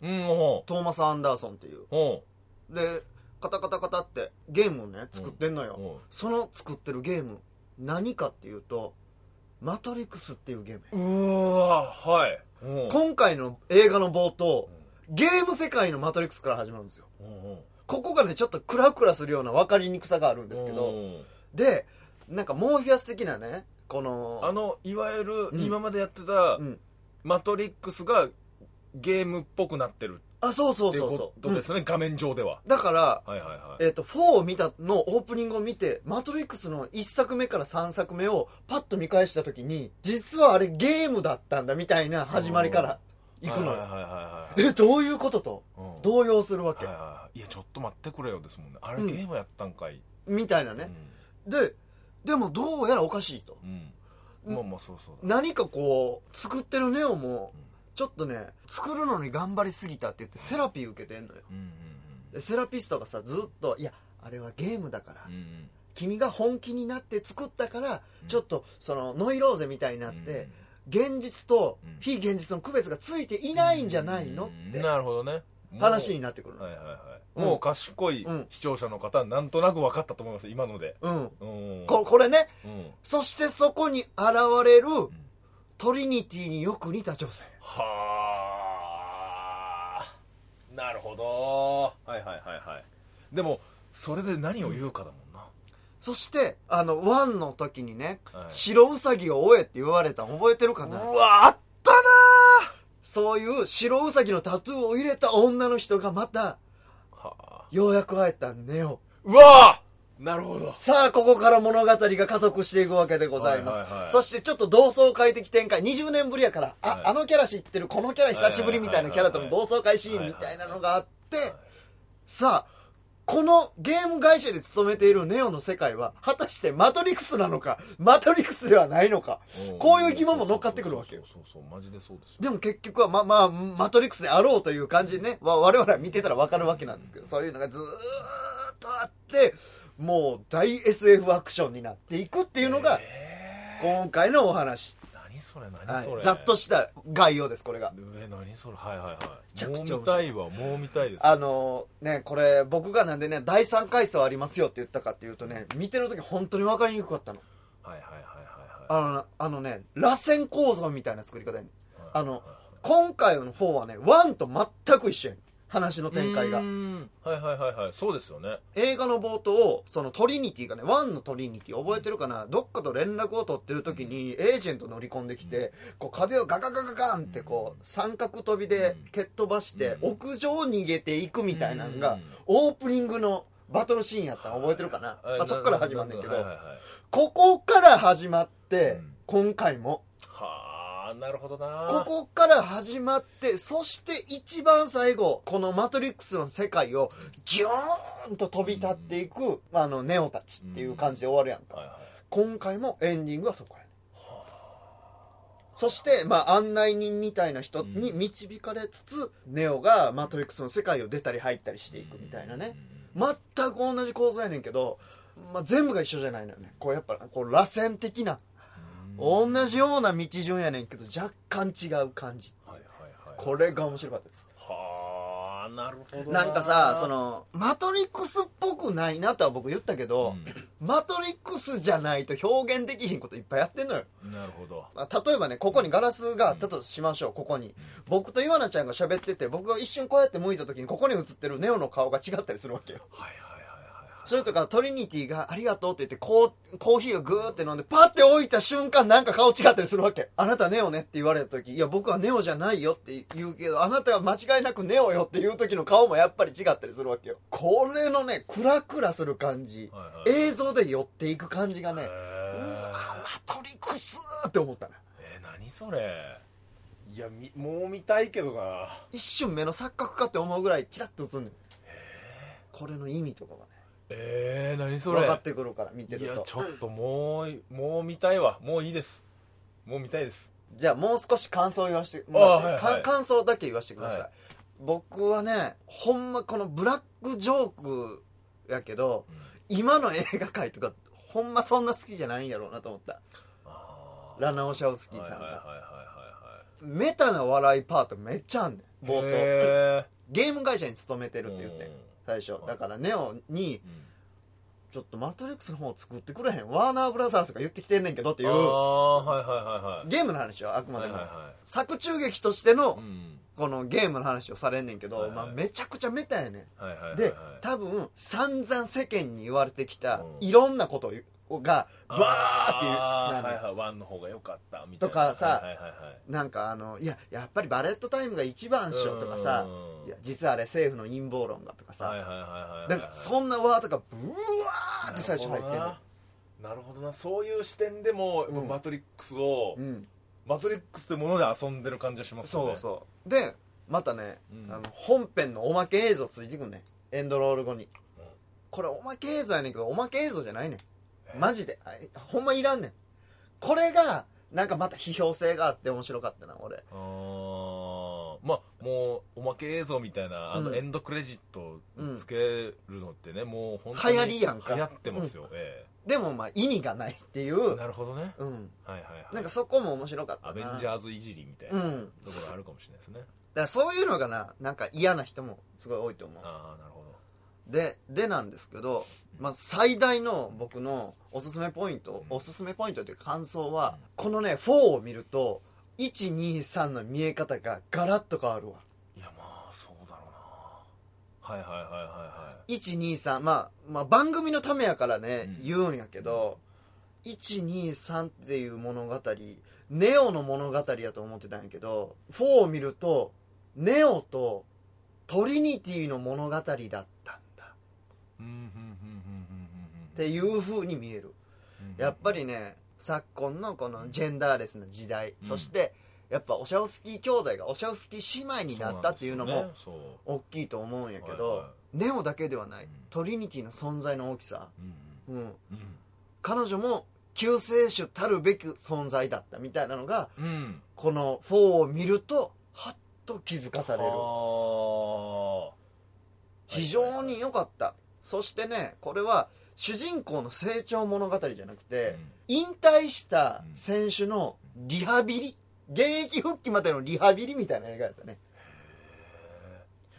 Speaker 2: い、うんお
Speaker 1: トーマス・アンダーソンっていう
Speaker 2: うお
Speaker 1: でカタカタカタってゲームをね作ってんのよ、
Speaker 2: うおう
Speaker 1: その作ってるゲーム何かっていうと「マトリックス」っていうゲーム
Speaker 2: うーわはいおう
Speaker 1: 今回の映画の冒頭ゲーム世界の「マトリックス」から始まるんですよ
Speaker 2: おうおう
Speaker 1: ここがねちょっとクラクラするような分かりにくさがあるんですけ
Speaker 2: お
Speaker 1: ど
Speaker 2: う
Speaker 1: でなんかモーフィアス的なねこ
Speaker 2: あ
Speaker 1: の
Speaker 2: のいわゆる
Speaker 1: ん
Speaker 2: 今までやってた、
Speaker 1: うん
Speaker 2: マトリックスがゲームっぽくなってる
Speaker 1: あそうそ
Speaker 2: っ
Speaker 1: う
Speaker 2: てい
Speaker 1: そ
Speaker 2: う
Speaker 1: う
Speaker 2: こ
Speaker 1: そう
Speaker 2: と
Speaker 1: う
Speaker 2: で
Speaker 1: ん
Speaker 2: すね、画面上では
Speaker 1: だから
Speaker 2: はいはいはい
Speaker 1: えっと4を見たのオープニングを見て「マトリックス」の1作目から3作目をパッと見返した時に実はあれゲームだったんだみたいな始まりから行くの
Speaker 2: はい
Speaker 1: よ
Speaker 2: はいはいはいはい
Speaker 1: えどういうことと
Speaker 2: うん
Speaker 1: 動揺するわ
Speaker 2: はい
Speaker 1: け、
Speaker 2: はいはいいやちょっと待ってくれよですもんねあれ
Speaker 1: う
Speaker 2: ゲ
Speaker 1: ん
Speaker 2: ームやったんかい、
Speaker 1: みたいなね、ででもどうやらおかしいと
Speaker 2: うん、
Speaker 1: うん
Speaker 2: まあまあそうそうだ
Speaker 1: 何かこう作ってるネオも
Speaker 2: うん
Speaker 1: ちょっとね作るのに頑張りすぎたって言ってセラピー受けてんのよ
Speaker 2: うんうん
Speaker 1: でセラピストがさずっと「いやあれはゲームだから、
Speaker 2: うんうん
Speaker 1: 君が本気になって作ったから、
Speaker 2: うん
Speaker 1: ちょっとそのノイローゼみたいになって、現実と
Speaker 2: うん
Speaker 1: 非現実の区別がついていないんじゃないのっ
Speaker 2: うん
Speaker 1: て
Speaker 2: なるほどねもう
Speaker 1: 話になってくるの
Speaker 2: はいはいはい
Speaker 1: うん
Speaker 2: もう賢い
Speaker 1: うん
Speaker 2: 視聴者の方はなんとなく分かったと思います今ので
Speaker 1: うん
Speaker 2: うん
Speaker 1: ここれね
Speaker 2: うん
Speaker 1: そしてそこに現れるトリニティによく似た女性
Speaker 2: はあなるほどはいはいはいはいでもそれで何を言うかだもんな、
Speaker 1: そしてあのワンの時にね、
Speaker 2: はい
Speaker 1: 白ウサギを追えって言われたの覚えてるかな
Speaker 2: うわあったな
Speaker 1: そういう白ウサギのタトゥーを入れた女の人がまた
Speaker 2: ーはあ
Speaker 1: ようやく会えたネオ
Speaker 2: うわあなるほど
Speaker 1: さあ、ここから物語が加速していくわけでございます。
Speaker 2: はいはいはい
Speaker 1: そしてちょっと同窓会的展開、20年ぶりやから、あ、
Speaker 2: はい
Speaker 1: あのキャラ知ってる、このキャラ久しぶりみたいなキャラとの
Speaker 2: はいはい
Speaker 1: 同
Speaker 2: はい
Speaker 1: 窓会シーンみたいなのがあって、さあ、このゲーム会社で勤めているネオの世界は、果たしてマトリックスなのか、マトリックスではないのか、こういう疑問も乗っかってくるわけよ。
Speaker 2: そうそうそうそうマジでそうですよ
Speaker 1: でも結局は、ま、まあ、マトリックスであろうという感じでね、わ我々は見てたらわかるわけなんですけど、そういうのがずーっとあって、もう大 SF アクションになっていくっていうのが、今回のお話。
Speaker 2: 何それ
Speaker 1: は
Speaker 2: 何それ、
Speaker 1: い、ざっとした概要です、これが。
Speaker 2: え何それはいはいは
Speaker 1: ち
Speaker 2: い
Speaker 1: ゃくちゃ面白い
Speaker 2: もう見たいわもう見たいです
Speaker 1: あのね、これ僕がなんでね、第3回層ありますよって言ったかっていうとね、見てる時本当にわかりにくかったの。
Speaker 2: はいはいはいはいはい
Speaker 1: あの、あのね、螺旋構造みたいな作り方やねん
Speaker 2: はい
Speaker 1: あの、今回の方はね、1と全く一緒やねん話の展開が
Speaker 2: う。ーんはいはいはいはいそうですよね
Speaker 1: 映画の冒頭そのトリニティがねワンのトリニティ覚えてるかなどっかと連絡を取ってる時にエージェント乗り込んできてこう壁をガガガガガンってこう三角飛びで蹴っ飛ばして
Speaker 2: うん
Speaker 1: 屋上逃げていくみたいなの
Speaker 2: う
Speaker 1: が
Speaker 2: ん
Speaker 1: オープニングのバトルシーンやったの覚えてるかな、まあ、そっから始まんねんけど
Speaker 2: はいはいはい
Speaker 1: ここから始まって
Speaker 2: うん
Speaker 1: 今回も
Speaker 2: はあなるほどな
Speaker 1: ここから始まってそして一番最後この「マトリックス」の世界をギューンと飛び立っていく、まあ、あのネオたちっていう感じで終わるやんか、
Speaker 2: はいはい
Speaker 1: 今回もエンディングはそこやねそして、まあ、案内人みたいな人に導かれつつ、ネオがマトリックスの世界を出たり入ったりしていくみたいなね、全く同じ構造やねんけど、まあ、全部が一緒じゃないのよねこうやっぱこう螺旋的な同じような道順やねんけど若干違う感じ
Speaker 2: はいはいはい
Speaker 1: これが面白かったです
Speaker 2: はあなるほど
Speaker 1: なんかさそのマトリックスっぽくないなとは僕言ったけど、マトリックスじゃないと表現できひんこといっぱいやってんのよ
Speaker 2: うんなるほど
Speaker 1: まあ例えばねここにガラスがあったとしましょうここに僕と岩名ちゃんが喋ってて僕が一瞬こうやって向いた時にここに映ってるネオの顔が違ったりするわけよ
Speaker 2: はいはいはいはい
Speaker 1: それとかトリニティが「ありがとう」って言ってこうコーヒーをグーって飲んでパッて置いた瞬間なんか顔違ったりするわけ「あなたネオね」って言われた時「いや僕はネオじゃないよ」って言うけどあなたは間違いなくネオよっていう時の顔もやっぱり違ったりするわけよこれのねクラクラする感じ
Speaker 2: はいはい
Speaker 1: 映像で寄っていく感じがね
Speaker 2: へー
Speaker 1: あマトリックスーって思ったな
Speaker 2: えー何それいやみもう見たいけどな
Speaker 1: 一瞬目の錯覚かって思うぐらいチラッと映んねんこれの意味とかがね
Speaker 2: えー、何それ
Speaker 1: 分かってくるから見て
Speaker 2: い
Speaker 1: る
Speaker 2: や
Speaker 1: と
Speaker 2: ちょっともうもう見たいわもういいですもう見たいです
Speaker 1: じゃあもう少し感想を言わせてもらって、
Speaker 2: あはいはい
Speaker 1: か感想だけ言わせてください、
Speaker 2: はい
Speaker 1: 僕はねほんまこのブラックジョークやけど、今の映画界とかほんまそんな好きじゃないんやろうなと思った
Speaker 2: あ
Speaker 1: ラナオ・シャオスキ
Speaker 2: ー
Speaker 1: ーさんが、
Speaker 2: はいはいはい
Speaker 1: メタな笑いパートめっちゃあんねん冒
Speaker 2: はいは
Speaker 1: 頭
Speaker 2: いへ
Speaker 1: ゲーム会社に勤めてるって言ってん
Speaker 2: うん
Speaker 1: 最初
Speaker 2: い
Speaker 1: だからネオに
Speaker 2: ーうん
Speaker 1: 「ちょっとマトリックスの方作ってくれへんワーナーブラザーズが言ってきてんねんけど」ってい
Speaker 2: あ
Speaker 1: う
Speaker 2: あはいはい
Speaker 1: ゲームの話よあくま
Speaker 2: はいはいは
Speaker 1: で
Speaker 2: い
Speaker 1: も、
Speaker 2: はいは
Speaker 1: 作中劇としての
Speaker 2: いうん
Speaker 1: このゲームの話をされんねんけど、
Speaker 2: はいはい
Speaker 1: まあ、めちゃくちゃメタやね
Speaker 2: はいはいはいは
Speaker 1: ん
Speaker 2: い
Speaker 1: で多分散々世間に言われてきた
Speaker 2: うん
Speaker 1: いろんなことがバーっていう
Speaker 2: あ
Speaker 1: なん
Speaker 2: ー
Speaker 1: か
Speaker 2: はいはいワンの方が良かったみたい
Speaker 1: と
Speaker 2: な
Speaker 1: かさ
Speaker 2: はいはいはい
Speaker 1: なんかあのいややっぱりバレットタイムが一番っしょとかさ
Speaker 2: うん
Speaker 1: いや実はあれ政府の陰謀論がとかさ、
Speaker 2: はいはいはいはいはい
Speaker 1: なんかそんなワードがブワーって最初入ってる
Speaker 2: なるほどなそういう視点でもやっぱ
Speaker 1: うん
Speaker 2: マトリックスを、
Speaker 1: うん
Speaker 2: マトリックスというもので遊んでる感じがしますよ
Speaker 1: そ
Speaker 2: ね
Speaker 1: うそうでまたね、
Speaker 2: うん
Speaker 1: あの本編のおまけ映像ついてくんねエンドロール後にこれおまけ映像やねんけどおまけ映像じゃないねんマジであえほんまいらんねんこれがなんかまた批評性があって面白かったな俺
Speaker 2: あーまあもうおまけ映像みたいなあ
Speaker 1: う
Speaker 2: の
Speaker 1: ん
Speaker 2: エンドクレジットつけるのってね、もう本当
Speaker 1: 流行りやんか
Speaker 2: 流行ってますよ、え
Speaker 1: でもまあ意味がないっていう
Speaker 2: えなるほどね
Speaker 1: うん
Speaker 2: はいはいはい
Speaker 1: なんかそこも面白かったな
Speaker 2: アベンジャーズいじりみたい
Speaker 1: うん
Speaker 2: な
Speaker 1: だか
Speaker 2: ところあるかもしれないですね、
Speaker 1: らそういうのがななんか嫌な人もすごい多いと思う
Speaker 2: ああなるほど
Speaker 1: ででなんですけど、まあ、最大の僕のおすすめポイント、おすすめポイントというか感想は、このね4を見ると123の見え方がガラッと変わるわ
Speaker 2: いやまあそうだろうなはいはいはいはいはい
Speaker 1: 123、まあ、まあ番組のためやからね、
Speaker 2: うん
Speaker 1: 言うんやけど、123っていう物語ネオの物語やと思ってたんやけど4を見るとネオとトリニティの物語だったんだ
Speaker 2: うんうんうんうんうんうんうん
Speaker 1: っていう風に見えるやっぱりね昨今のこのジェンダーレスな時代、
Speaker 2: うん
Speaker 1: そしてやっぱオシャウスキー兄弟がオシャウスキー姉妹になったっていうのも
Speaker 2: そうなんですよねそう
Speaker 1: 大きいと思うんやけど、
Speaker 2: はいは
Speaker 1: ネオだけではない、
Speaker 2: ん
Speaker 1: トリニティの存在の大きさ、
Speaker 2: うん
Speaker 1: うん、
Speaker 2: うん
Speaker 1: 彼女も救世主たるべき存在だったみたいなのが
Speaker 2: うんうん
Speaker 1: この4を見るとはっと気づかされる
Speaker 2: あー
Speaker 1: 非常に良かったそしてねこれは主人公の成長物語じゃなくて、引退した選手のリハビリ現役復帰までのリハビリみたいな映画やったね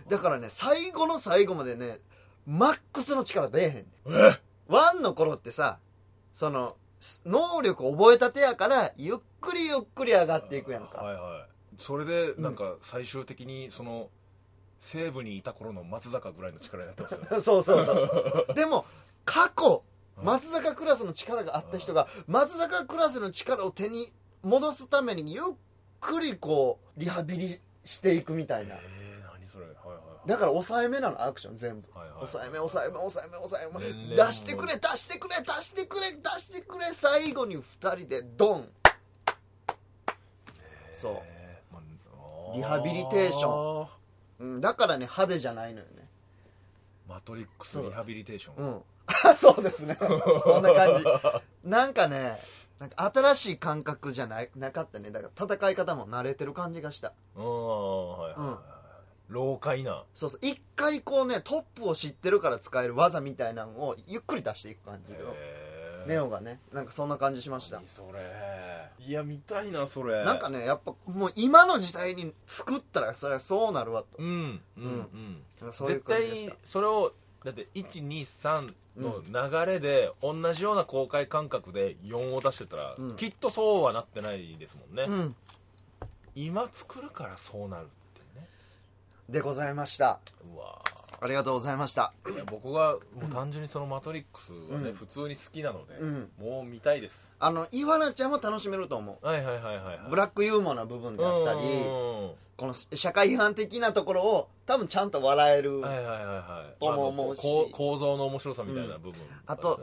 Speaker 1: だからね最後の最後までねマックスの力出えへんね
Speaker 2: うんえ
Speaker 1: ワンの頃ってさそのす能力を覚えたてやからゆっくりゆっくり上がっていくやんか、
Speaker 2: はいはいそれでなんか最終的にその西部にいた頃の松坂ぐらいの力になってますよね
Speaker 1: そうそうそうでも過去松坂クラスの力があった人が松坂クラスの力を手に戻すためにゆっくりこうリハビリしていくみたいな
Speaker 2: えー、何それはいはい
Speaker 1: だから抑えめなのアクション全部
Speaker 2: はいはい
Speaker 1: 抑えめ抑えめ抑えめ抑え
Speaker 2: 年
Speaker 1: め
Speaker 2: 齢も
Speaker 1: 出してくれ出してくれ出してくれ出してくれ最後に2人でドンそ
Speaker 2: えーまああー
Speaker 1: リハビリテーショう、うん、だからね派手じゃないのよね
Speaker 2: マトリックスリハビリテーション、
Speaker 1: うん あそうですねそんな感じなんかねなんか新しい感覚じゃないなかったねだから戦い方も慣れてる感じがした
Speaker 2: うんはいはいはい、老快な
Speaker 1: そうそう一回こうねトップを知ってるから使える技みたいなのをゆっくり出していく感じよ
Speaker 2: へー
Speaker 1: ネオがねなんかそんな感じしました
Speaker 2: 何それいや見たいなそれ
Speaker 1: なんかねやっぱもう今の時代に作ったらそれはそうなるわと
Speaker 2: うんうんうん、
Speaker 1: なんかそういう
Speaker 2: 絶
Speaker 1: 感じでした
Speaker 2: 対それをだって123の流れで同じような公開感覚で4を出してたら、
Speaker 1: うん
Speaker 2: きっとそうはなってないですもんね、
Speaker 1: うん
Speaker 2: 今作るからそうなるってね
Speaker 1: でございました
Speaker 2: うわ
Speaker 1: ありがとうございました
Speaker 2: ーいや僕がもう単純にその「マトリックス」は
Speaker 1: う
Speaker 2: ね、
Speaker 1: ん
Speaker 2: 普通に好きなので、
Speaker 1: うん
Speaker 2: もう見たいです
Speaker 1: あのイワナちゃんも楽しめると思
Speaker 2: はいはいはいはい、
Speaker 1: う
Speaker 2: はい、
Speaker 1: ブラックユーモアな部分であったり
Speaker 2: うん
Speaker 1: この社会批判的なところを多分ちゃんと笑える、
Speaker 2: はいはいはいはい
Speaker 1: とも思うし
Speaker 2: あのこ構造の面白さみたいな部分とかですね、
Speaker 1: あと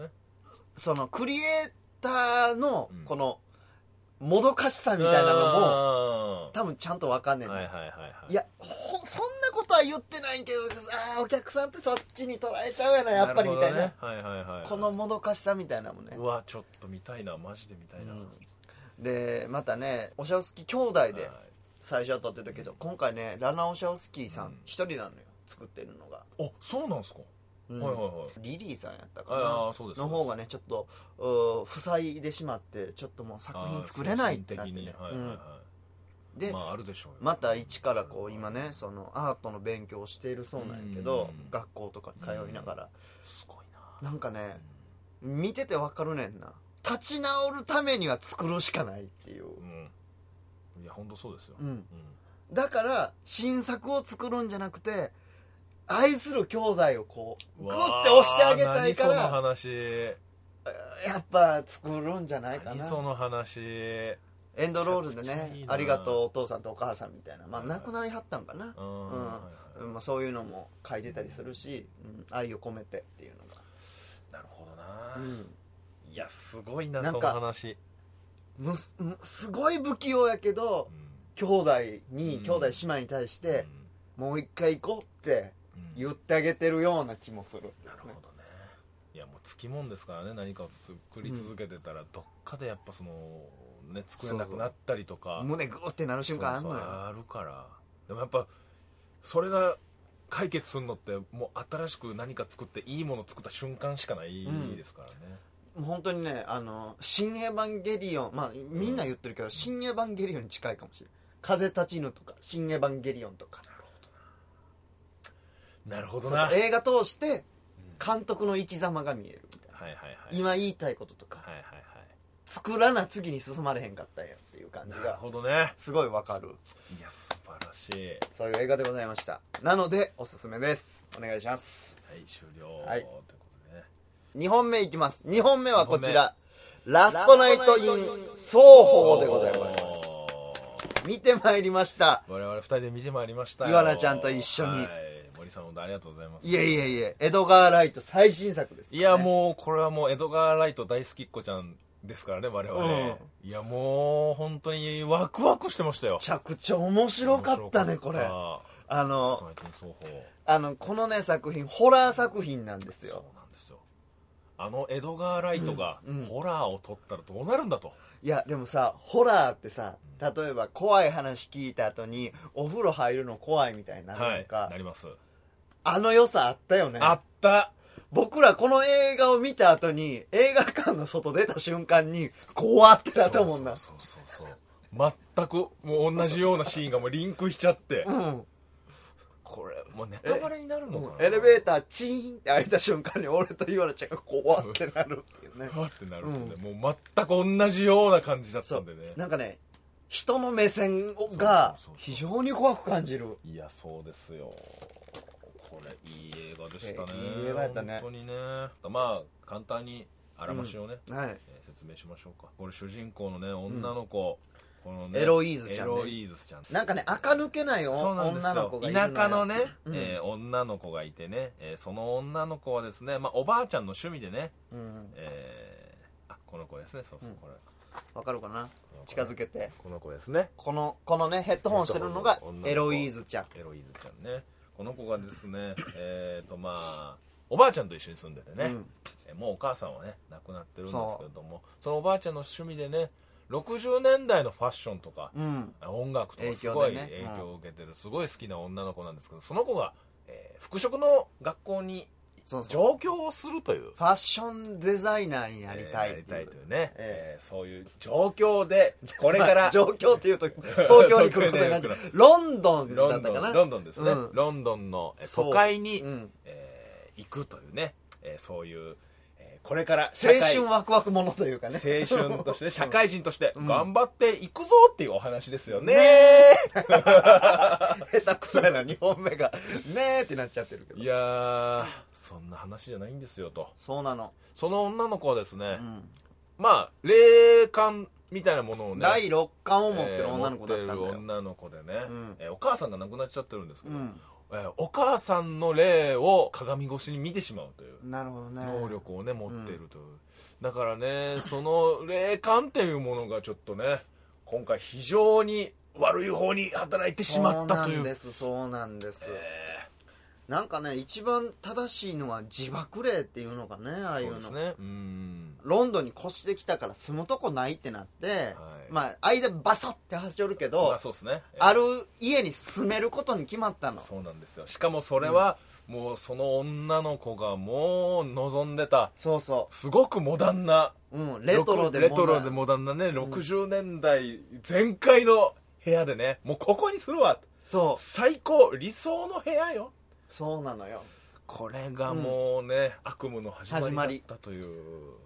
Speaker 1: そのクリエイターの
Speaker 2: うん
Speaker 1: このもどかしさみたいなのも
Speaker 2: の
Speaker 1: 多分ちゃんとわかんねえんだ
Speaker 2: はいはいはいはい
Speaker 1: いやほんそんなことは言ってないけどあーお客さんってそっちに捉えちゃうやなやっぱりみたいな
Speaker 2: るほどね、はいはいはい
Speaker 1: このもどかしさみたいなのもね
Speaker 2: うわちょっと見たいなマジで見たいな、
Speaker 1: う
Speaker 2: はい
Speaker 1: んでまたねオシャウスキー兄弟で最初は撮ってたけど、今回ねラナ・オシャウスキーさ
Speaker 2: うん
Speaker 1: ん一人なのよ作ってるのが、
Speaker 2: あそうなんすか、
Speaker 1: うん
Speaker 2: はいはいはい
Speaker 1: リリーさんやったか
Speaker 2: あ
Speaker 1: な
Speaker 2: あそうです
Speaker 1: の方がねちょっとうー塞いでしまってちょっともう作品作れないってなってね、
Speaker 2: あー精神的にはいはいはい
Speaker 1: うんで、
Speaker 2: まああるでしょうよ
Speaker 1: また一からこう今ねそのアートの勉強をしているそうなんやけど、
Speaker 2: うん
Speaker 1: 学校とかに通いながら、
Speaker 2: すごいな
Speaker 1: なんかね見ててわかるねんな立ち直るためには作るしかないっていう、
Speaker 2: うんいや本当そうですよ、
Speaker 1: うん、
Speaker 2: うん
Speaker 1: だから新作を作るんじゃなくて愛する兄弟をこうグッて押してあげたいか
Speaker 2: うわ
Speaker 1: ら
Speaker 2: ー何その
Speaker 1: やっぱ作るんじゃないか
Speaker 2: 話何
Speaker 1: な
Speaker 2: その話
Speaker 1: エンドロールで
Speaker 2: めちゃくちゃいい
Speaker 1: ね「
Speaker 2: な
Speaker 1: ありがとうお父さんとお母さん」みたいなまあ
Speaker 2: はいはい
Speaker 1: 亡くなりはったんかな
Speaker 2: う、ん、
Speaker 1: うん
Speaker 2: はいは
Speaker 1: う
Speaker 2: い
Speaker 1: んまあ、そういうのも書いてたりするし、うん、愛を込めてっていうのが、
Speaker 2: なるほどな、
Speaker 1: うん
Speaker 2: いやすごいな
Speaker 1: なん
Speaker 2: そ
Speaker 1: か
Speaker 2: の話、
Speaker 1: むすむすごい不器用やけど兄弟に、
Speaker 2: うん
Speaker 1: 兄弟姉妹に対して、
Speaker 2: うん
Speaker 1: もう一回行こうって
Speaker 2: うん
Speaker 1: 言ってあげてるような気もする
Speaker 2: なるほどねいやもうつきもんですからね何かを作り続けてたら、どっかでやっぱそのね作れなくなったりとか
Speaker 1: 胸グーってなる瞬間あん
Speaker 2: そう
Speaker 1: の
Speaker 2: そう
Speaker 1: よ
Speaker 2: あるからでもやっぱそれが解決するのってもう新しく何か作っていいもの作った瞬間しかないですからね、
Speaker 1: もう本当にねあの「新エヴァンゲリオン」まあみんな言ってるけど「新エヴァンゲリオン」に近いかもしれない「風立ちぬ」とか「新エヴァンゲリオン」とか
Speaker 2: なるほ
Speaker 1: そ
Speaker 2: ど
Speaker 1: う
Speaker 2: な
Speaker 1: そう映画通して
Speaker 2: うん
Speaker 1: 監督の生き様が見えるみたいな
Speaker 2: はいはいはい
Speaker 1: 今言いたいこととか
Speaker 2: はいはいは
Speaker 1: 作らな次に進まれへんかったんやっていう感
Speaker 2: い
Speaker 1: じ
Speaker 2: なる
Speaker 1: が
Speaker 2: ほどね
Speaker 1: すごいわかる
Speaker 2: いや素晴らしいは
Speaker 1: そういう映画でございましたなのでおすすめですお願いします
Speaker 2: い終了、
Speaker 1: はい
Speaker 2: ということでね
Speaker 1: 2本目いきます2本目はこちらラス
Speaker 4: ス
Speaker 1: ト
Speaker 4: ト
Speaker 1: ナ
Speaker 4: ナ
Speaker 1: イ
Speaker 4: イ
Speaker 1: ト
Speaker 4: ト
Speaker 1: イ
Speaker 4: イ
Speaker 1: ン
Speaker 4: ン
Speaker 1: 双方でございま
Speaker 2: お
Speaker 1: す
Speaker 2: ー
Speaker 1: 見てまいりました
Speaker 2: 我々二人で見てまいりましたよ
Speaker 1: イワナちゃんと一緒に
Speaker 2: はい盛り森さん本当ありがとうございます
Speaker 1: いやいやいや江戸川ライト最新作ですから
Speaker 2: い
Speaker 1: ね、
Speaker 2: やもうこれはもう江戸川ライト大好きっ子ちゃんですからね我々、いやもう本当にワクワクしてましたよ
Speaker 1: めちゃくちゃ面白かったねこれあの
Speaker 2: 双方
Speaker 1: あのこのね作品ホラー作品なんですよ
Speaker 2: そうなんですよあの江戸川ライトがホラーを撮ったらどうなるんだと、
Speaker 1: いやでもさホラーってさ例えば怖い話聞いた後にお風呂入るの怖いみたいになる
Speaker 2: は
Speaker 1: やん
Speaker 2: い
Speaker 1: か、
Speaker 2: なります、
Speaker 1: あの良さあったよね
Speaker 2: あった
Speaker 1: 僕らこの映画を見た後に映画館の外出た瞬間に怖ってなったもんな
Speaker 2: そうそうそうそう全くもう同じようなシーンがもうリンクしちゃって
Speaker 1: うん
Speaker 2: これもうネタバレになるのかな
Speaker 1: エレベ
Speaker 2: ー
Speaker 1: ーターチーンって開いた瞬間に俺と岩野ちゃんが怖ってなるっていうね
Speaker 2: ターってなるんで、もう全く同じような感じだった
Speaker 1: そ
Speaker 2: ん
Speaker 1: う
Speaker 2: でね
Speaker 1: なんかね人の目線が
Speaker 2: そうそうそうそう
Speaker 1: 非常に怖く感じる
Speaker 2: いやそうですよこれいい映画でしたね
Speaker 1: えいい映画やったね
Speaker 2: 本当にねまあ簡単にあらましをね、
Speaker 1: はい
Speaker 2: えー説明しましょうかこれ主人公のね女の子、このね
Speaker 1: エロイーズちゃんね
Speaker 2: エロイーズちゃん
Speaker 1: なんかね垢抜けないお
Speaker 2: そうなんです
Speaker 1: 女の
Speaker 2: よ
Speaker 1: 子がいる
Speaker 2: 田舎のね、
Speaker 1: うん
Speaker 2: えー女の子がいてね、えーその女の子はですね、まあ、おばあちゃんの趣味でね、
Speaker 1: うん
Speaker 2: えーあこの子ですねそうそうこれ、
Speaker 1: わかるかな近づけて
Speaker 2: この子ですね
Speaker 1: このこのねヘッドホンしてるのがエロイーズちゃん
Speaker 2: エロイーズちゃんねこの子がですねえっとまあおばあちゃんと一緒に住んでて
Speaker 1: う
Speaker 2: ね、
Speaker 1: ん
Speaker 2: えもうお母さんはね亡くなってるんですけれどもそのおばあちゃんの趣味でね60年代のファッションとか、
Speaker 1: うん
Speaker 2: 音楽とかすご
Speaker 1: 影響で
Speaker 2: い
Speaker 1: ね
Speaker 2: 影響を受けてる、すごい好きな女の子なんですけどその子が、えー服飾の学校に
Speaker 1: そうそう
Speaker 2: 上京をするという
Speaker 1: ファッションデザイナーになりたいっ
Speaker 2: えーなり
Speaker 1: て
Speaker 2: た
Speaker 1: い
Speaker 2: いうというね、
Speaker 1: え
Speaker 2: えーそういう状況でこれか
Speaker 1: ま
Speaker 2: ら
Speaker 1: あ状況っていうと東京に来ることになって
Speaker 2: 東京に来る
Speaker 1: ロンドン
Speaker 2: ロ
Speaker 1: だ
Speaker 2: ン
Speaker 1: った
Speaker 2: ド
Speaker 1: かな
Speaker 2: ンロンドンですね、
Speaker 1: うん
Speaker 2: ロンドンのえー
Speaker 1: そう
Speaker 2: 都会に、
Speaker 1: うん
Speaker 2: えー行くというね、えーそういう、えーこれから社会
Speaker 1: 青春ワクワクものというかね
Speaker 2: 青春として社会人として頑張っていくぞっていうお話ですよね、
Speaker 1: 下手くそやな2本目がねえってなっちゃってるけど
Speaker 2: いやーそんな話じゃないんですよと
Speaker 1: そうなの、
Speaker 2: その女の子はですね、
Speaker 1: うん
Speaker 2: まあ霊感みたいなものをね
Speaker 1: 第6巻を持って
Speaker 2: え
Speaker 1: る
Speaker 2: ー
Speaker 1: 女の子だったんだ
Speaker 2: 持ってる
Speaker 1: よ、
Speaker 2: 女の子でね、
Speaker 1: うん
Speaker 2: えーお母さんが亡くなっちゃってるんですけど、
Speaker 1: うん
Speaker 2: えーお母さんの霊を鏡越しに見てしまうという
Speaker 1: なるほどね
Speaker 2: 能力をね持っているという、だからねその霊感っていうものがちょっとね今回非常に悪い方に働いてしまったとい
Speaker 1: そうなん
Speaker 2: う
Speaker 1: ですそうなんです、
Speaker 2: え
Speaker 1: なんかね一番正しいのは自爆霊っていうのかねあ
Speaker 2: ー
Speaker 1: あい
Speaker 2: そうう
Speaker 1: の
Speaker 2: ですねうん
Speaker 1: ロンドンに越してきたから住むとこないってなって、
Speaker 2: はい
Speaker 1: まあ間バサって走るけど、
Speaker 2: まあそうですね、えー
Speaker 1: ある家に住めることに決まったの
Speaker 2: そうなんですよしかもそれは、もうその女の子がもう望んでた
Speaker 1: そうそ
Speaker 2: すごくモダンな
Speaker 1: う、うん、レトロで
Speaker 2: レトロでモダンなね、60年代全開の部屋でねもうここにするわ
Speaker 1: そう
Speaker 2: 最高理想の部屋よ
Speaker 1: そうなのよ
Speaker 2: これがもうね、悪夢の始
Speaker 1: 始
Speaker 2: ま
Speaker 1: ま
Speaker 2: り
Speaker 1: り
Speaker 2: だったという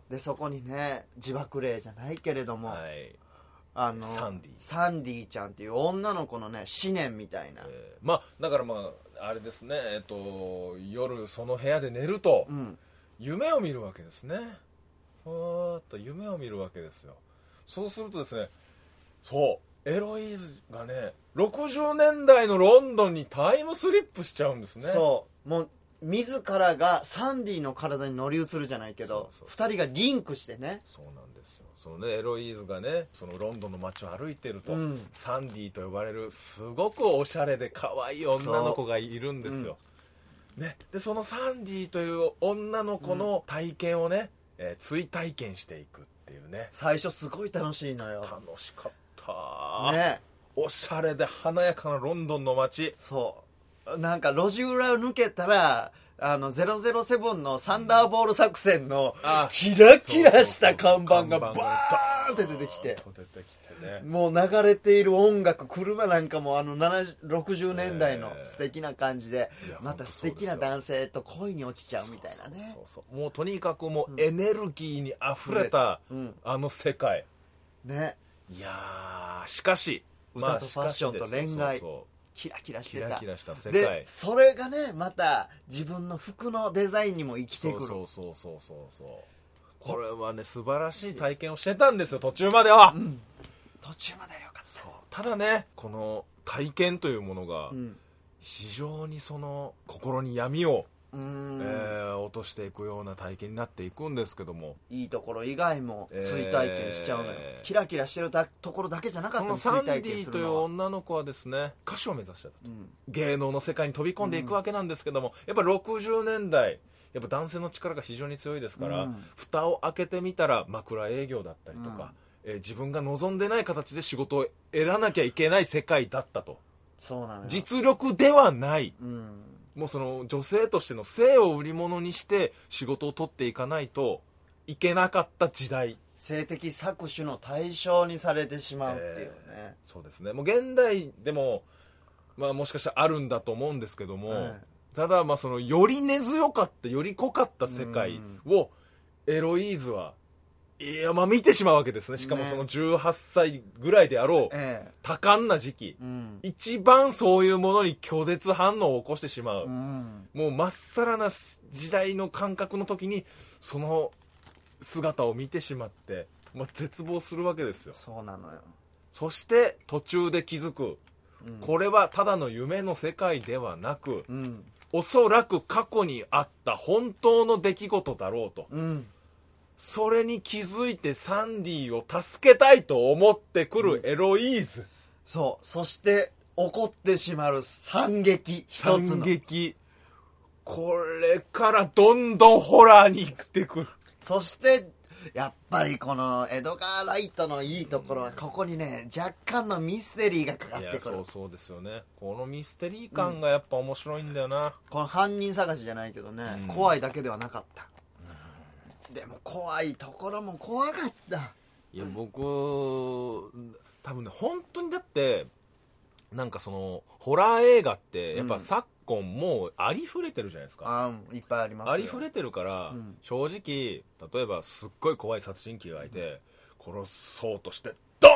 Speaker 1: でそこにね自爆霊じゃないけれども、
Speaker 2: はい、
Speaker 1: あの
Speaker 2: サンディ
Speaker 1: サンディちゃんっていう女の子のね思念みたいな、
Speaker 2: えーまあだからまああれですねえっと夜その部屋で寝ると
Speaker 1: うん
Speaker 2: 夢を見るわけですねふーっと夢を見るわけですよそうするとですねそうエロイーズがね60年代のロンドンにタイムスリップしちゃうんですね
Speaker 1: そうもう自らがサンディの体に乗り移るじゃないけど
Speaker 2: そうそう
Speaker 1: 二人がリンクしてね
Speaker 2: そうなんですよそのねエロイーズがねそのロンドンの街を歩いてると、
Speaker 1: うん
Speaker 2: サンディと呼ばれるすごくおしゃれで可愛い女の子がいるんですよ、ね、でそのサンディという女の子の体験をね、えー追体験していくっていうね
Speaker 1: 最初すごい楽しいのよ
Speaker 2: 楽しかった、
Speaker 1: ね
Speaker 2: おしゃれで華やかなロンドンの街
Speaker 1: そうなんか路地裏を抜けたらあの007のサンダーボール作戦の
Speaker 2: あ
Speaker 1: キラキラした看板がバーンって出てきて
Speaker 2: そうそうそう看板がドーンと出てきてね
Speaker 1: もう流れている音楽車なんかもあの70 60年代の
Speaker 2: ええ
Speaker 1: 素敵な感じで、
Speaker 2: いや
Speaker 1: また素敵な男性と恋に落ちちゃうみたいなね
Speaker 2: そうそうそうもうとにかくもうエネルギーにあふれた、
Speaker 1: うん
Speaker 2: あの世界
Speaker 1: ね
Speaker 2: いやーしかしまあ
Speaker 1: 歌とファッションと
Speaker 2: しかしです
Speaker 1: 恋愛
Speaker 2: そうそう
Speaker 1: キラキラし
Speaker 2: キ
Speaker 1: てた
Speaker 2: ラキラした世界
Speaker 1: でそれがねまた自分の服のデザインにも生きてくる
Speaker 2: そうそうそうそうそうこれはね素晴らしい体験をしてたんですよ途中までは、
Speaker 1: 途中まではよかった
Speaker 2: そうただねこの体験というものが、
Speaker 1: うん
Speaker 2: 非常にその心に闇を、
Speaker 1: うーん
Speaker 2: えー落としていくような体験になっていくんですけども
Speaker 1: いいところ以外も追体験しちゃうのよ、
Speaker 2: えー
Speaker 1: キラキラしてるだところだけじゃなかった
Speaker 2: こ
Speaker 1: の
Speaker 2: のサ
Speaker 1: 追
Speaker 2: ンデ
Speaker 1: 体
Speaker 2: ィ
Speaker 1: 験す
Speaker 2: と
Speaker 1: る
Speaker 2: いう
Speaker 1: のは、
Speaker 2: 女の子はですね歌手を目指してたと
Speaker 1: うん
Speaker 2: 芸能の世界に飛び込んでいくわけなんですけども、やっぱ60年代やっぱ男性の力が非常に強いですから、
Speaker 1: うん
Speaker 2: 蓋を開けてみたら枕営業だったりとか、えー自分が望んでない形で仕事を得らなきゃいけない世界だったと
Speaker 1: そうなのよ
Speaker 2: 実力ではない
Speaker 1: うん
Speaker 2: もうその女性としての性を売り物にして仕事を取っていかないといけなかった時代
Speaker 1: 性的搾取の対象にされてしまうっていうね、
Speaker 2: そうですねもう現代でも、まあ、もしかしたらあるんだと思うんですけども、
Speaker 1: はい
Speaker 2: ただまあそのより根強かったより濃かった世界をエロイーズはいやまあ見てしまうわけですねしかも
Speaker 1: ね
Speaker 2: その18歳ぐらいであろう、
Speaker 1: え
Speaker 2: 多感な時期
Speaker 1: えうん
Speaker 2: 一番そういうものに拒絶反応を起こしてしまう、
Speaker 1: うん
Speaker 2: もうまっさらな時代の感覚の時にその姿を見てしまって、まあ、絶望するわけですよ
Speaker 1: そうなのよ、
Speaker 2: そして途中で気づく
Speaker 1: うん
Speaker 2: これはただの夢の世界ではなく
Speaker 1: うん
Speaker 2: おそらく過去にあった本当の出来事だろうと
Speaker 1: うん
Speaker 2: それに気づいてサンディを助けたいと思ってくるエロイーズ、
Speaker 1: そうそして起こってしまう惨劇一つの
Speaker 2: 惨劇これからどんどんホラーに行ってくる
Speaker 1: そしてやっぱりこの江戸川ライトのいいところはここにね若干のミステリーがかかっ
Speaker 2: い
Speaker 1: て
Speaker 2: や
Speaker 1: く
Speaker 2: そ
Speaker 1: る
Speaker 2: うそうですよねこのミステリー感がやっぱ面白いんだよな、
Speaker 1: この犯人探しじゃないけどね、
Speaker 2: うん
Speaker 1: 怖いだけではなかった、でも怖いところも怖かった
Speaker 2: いや僕多分ね本当にだってなんかそのホラー映画ってや
Speaker 1: う
Speaker 2: っ
Speaker 1: ん
Speaker 2: ぱ昨今もうありふれてるじゃないですか、
Speaker 1: ああーいっぱいありますよ
Speaker 2: ありふれてるから、
Speaker 1: うん
Speaker 2: 正直例えばすっごい怖い殺人鬼がいて、殺そうとしてド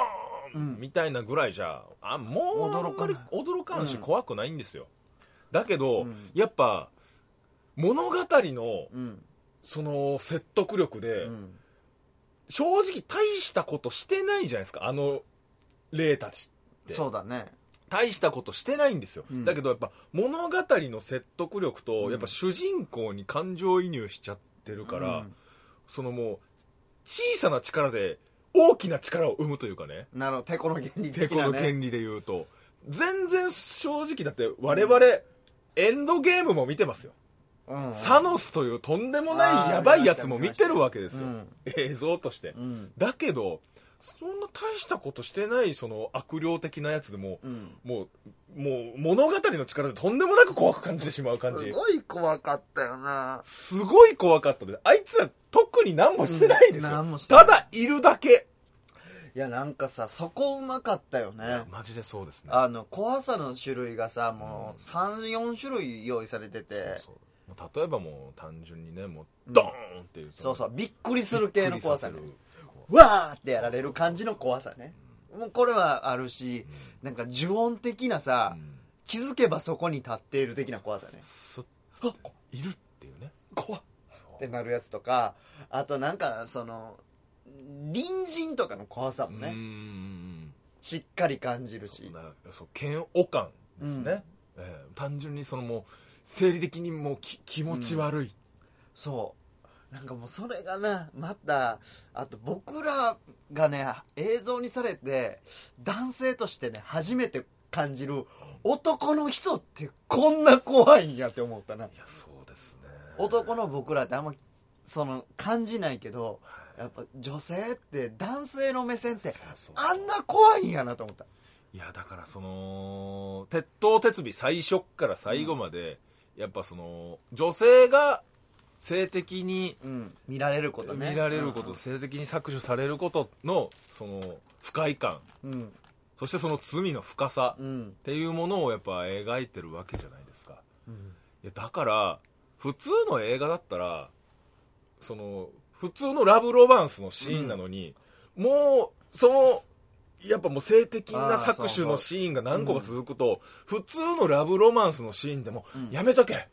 Speaker 2: ー
Speaker 1: う
Speaker 2: ン、
Speaker 1: ん
Speaker 2: みたいなぐらいじゃあもうあんまり驚かんし
Speaker 1: うん
Speaker 2: 怖くないんですよ、だけど、
Speaker 1: うん
Speaker 2: やっぱ物語の
Speaker 1: うん、
Speaker 2: その説得力で、
Speaker 1: うん、
Speaker 2: 正直大したことしてないじゃないですかあの霊たちって
Speaker 1: そうだね
Speaker 2: 大したことしてないんですよ、
Speaker 1: うん
Speaker 2: だけどやっぱ物語の説得力と、
Speaker 1: うん
Speaker 2: やっぱ主人公に感情移入しちゃってるから、
Speaker 1: うん
Speaker 2: そのもう小さな力で大きな力を生むというかね
Speaker 1: なるほどてこの原理
Speaker 2: 抵
Speaker 1: 的
Speaker 2: 抗
Speaker 1: な、ね、
Speaker 2: の権利で言うと全然正直だって我々、エンドゲームも見てますよ、
Speaker 1: うんうん
Speaker 2: サノスというとんでもないやばいやつも見てるわけです
Speaker 1: う
Speaker 2: よ、
Speaker 1: ん
Speaker 2: 映像として、
Speaker 1: うん
Speaker 2: だけどそんな大したことしてないその悪霊的なやつでも、
Speaker 1: うん
Speaker 2: もうもう物語の力でとんでもなく怖く感じてしまう感
Speaker 1: す
Speaker 2: じ
Speaker 1: ごい怖かったよな
Speaker 2: すごい怖かったですあいつら特に何もしてないです
Speaker 1: うん
Speaker 2: よ、
Speaker 1: 何もしてない
Speaker 2: ただいるだけ
Speaker 1: いやなんかさそこうまかったよね
Speaker 2: マジでそうですね
Speaker 1: あの怖さの種類がさもう34種類用意されてて
Speaker 2: そうそうもう例えばもう単純にねもう
Speaker 1: うん
Speaker 2: ドーンっていう、
Speaker 1: そうそううびっくりする系の怖さね
Speaker 2: びっくりさ
Speaker 1: わーってやられる感じの怖さねもうこれはあるしなんか呪音的な
Speaker 2: せ
Speaker 1: さ
Speaker 2: るうん
Speaker 1: 気づけばそこに立っている的な怖さね
Speaker 2: すっといるっていうね
Speaker 1: 怖っってなるやつとかあとなんかその隣人とかの怖さも
Speaker 2: うー
Speaker 1: ね
Speaker 2: ん
Speaker 1: しっかり感じる
Speaker 2: そ
Speaker 1: し
Speaker 2: んなそう嫌悪感ですね、ええ単純にそのもう生理的にもうき気持ち悪い、
Speaker 1: そうなんかもうそれがなまたあと僕らがね映像にされて男性としてね初めて感じる男の人ってこんな怖いんやって思ったない
Speaker 2: やそうですね
Speaker 1: 男の僕らってあんまその感じないけどやっぱ女性って男性の目線って
Speaker 2: そう
Speaker 1: あんな怖いんやなと思った
Speaker 2: いやだからその鉄頭鉄尾最初から最後まで、やっぱその女性が性的に
Speaker 1: うん見られることね
Speaker 2: 見られること、性的に搾取されることのその不快感
Speaker 1: うん
Speaker 2: そしてその罪の深さ
Speaker 1: う
Speaker 2: っ
Speaker 1: ん
Speaker 2: ていうものをやっぱ描いてるわけじゃないですか
Speaker 1: うん
Speaker 2: いやだから普通の映画だったらその普通のラブロマンスのシーンなのに、もうそのやっぱもう性的な搾取のシーンが何個か続くと、普通のラブロマンスのシーンでも、
Speaker 1: ん
Speaker 2: やめとけ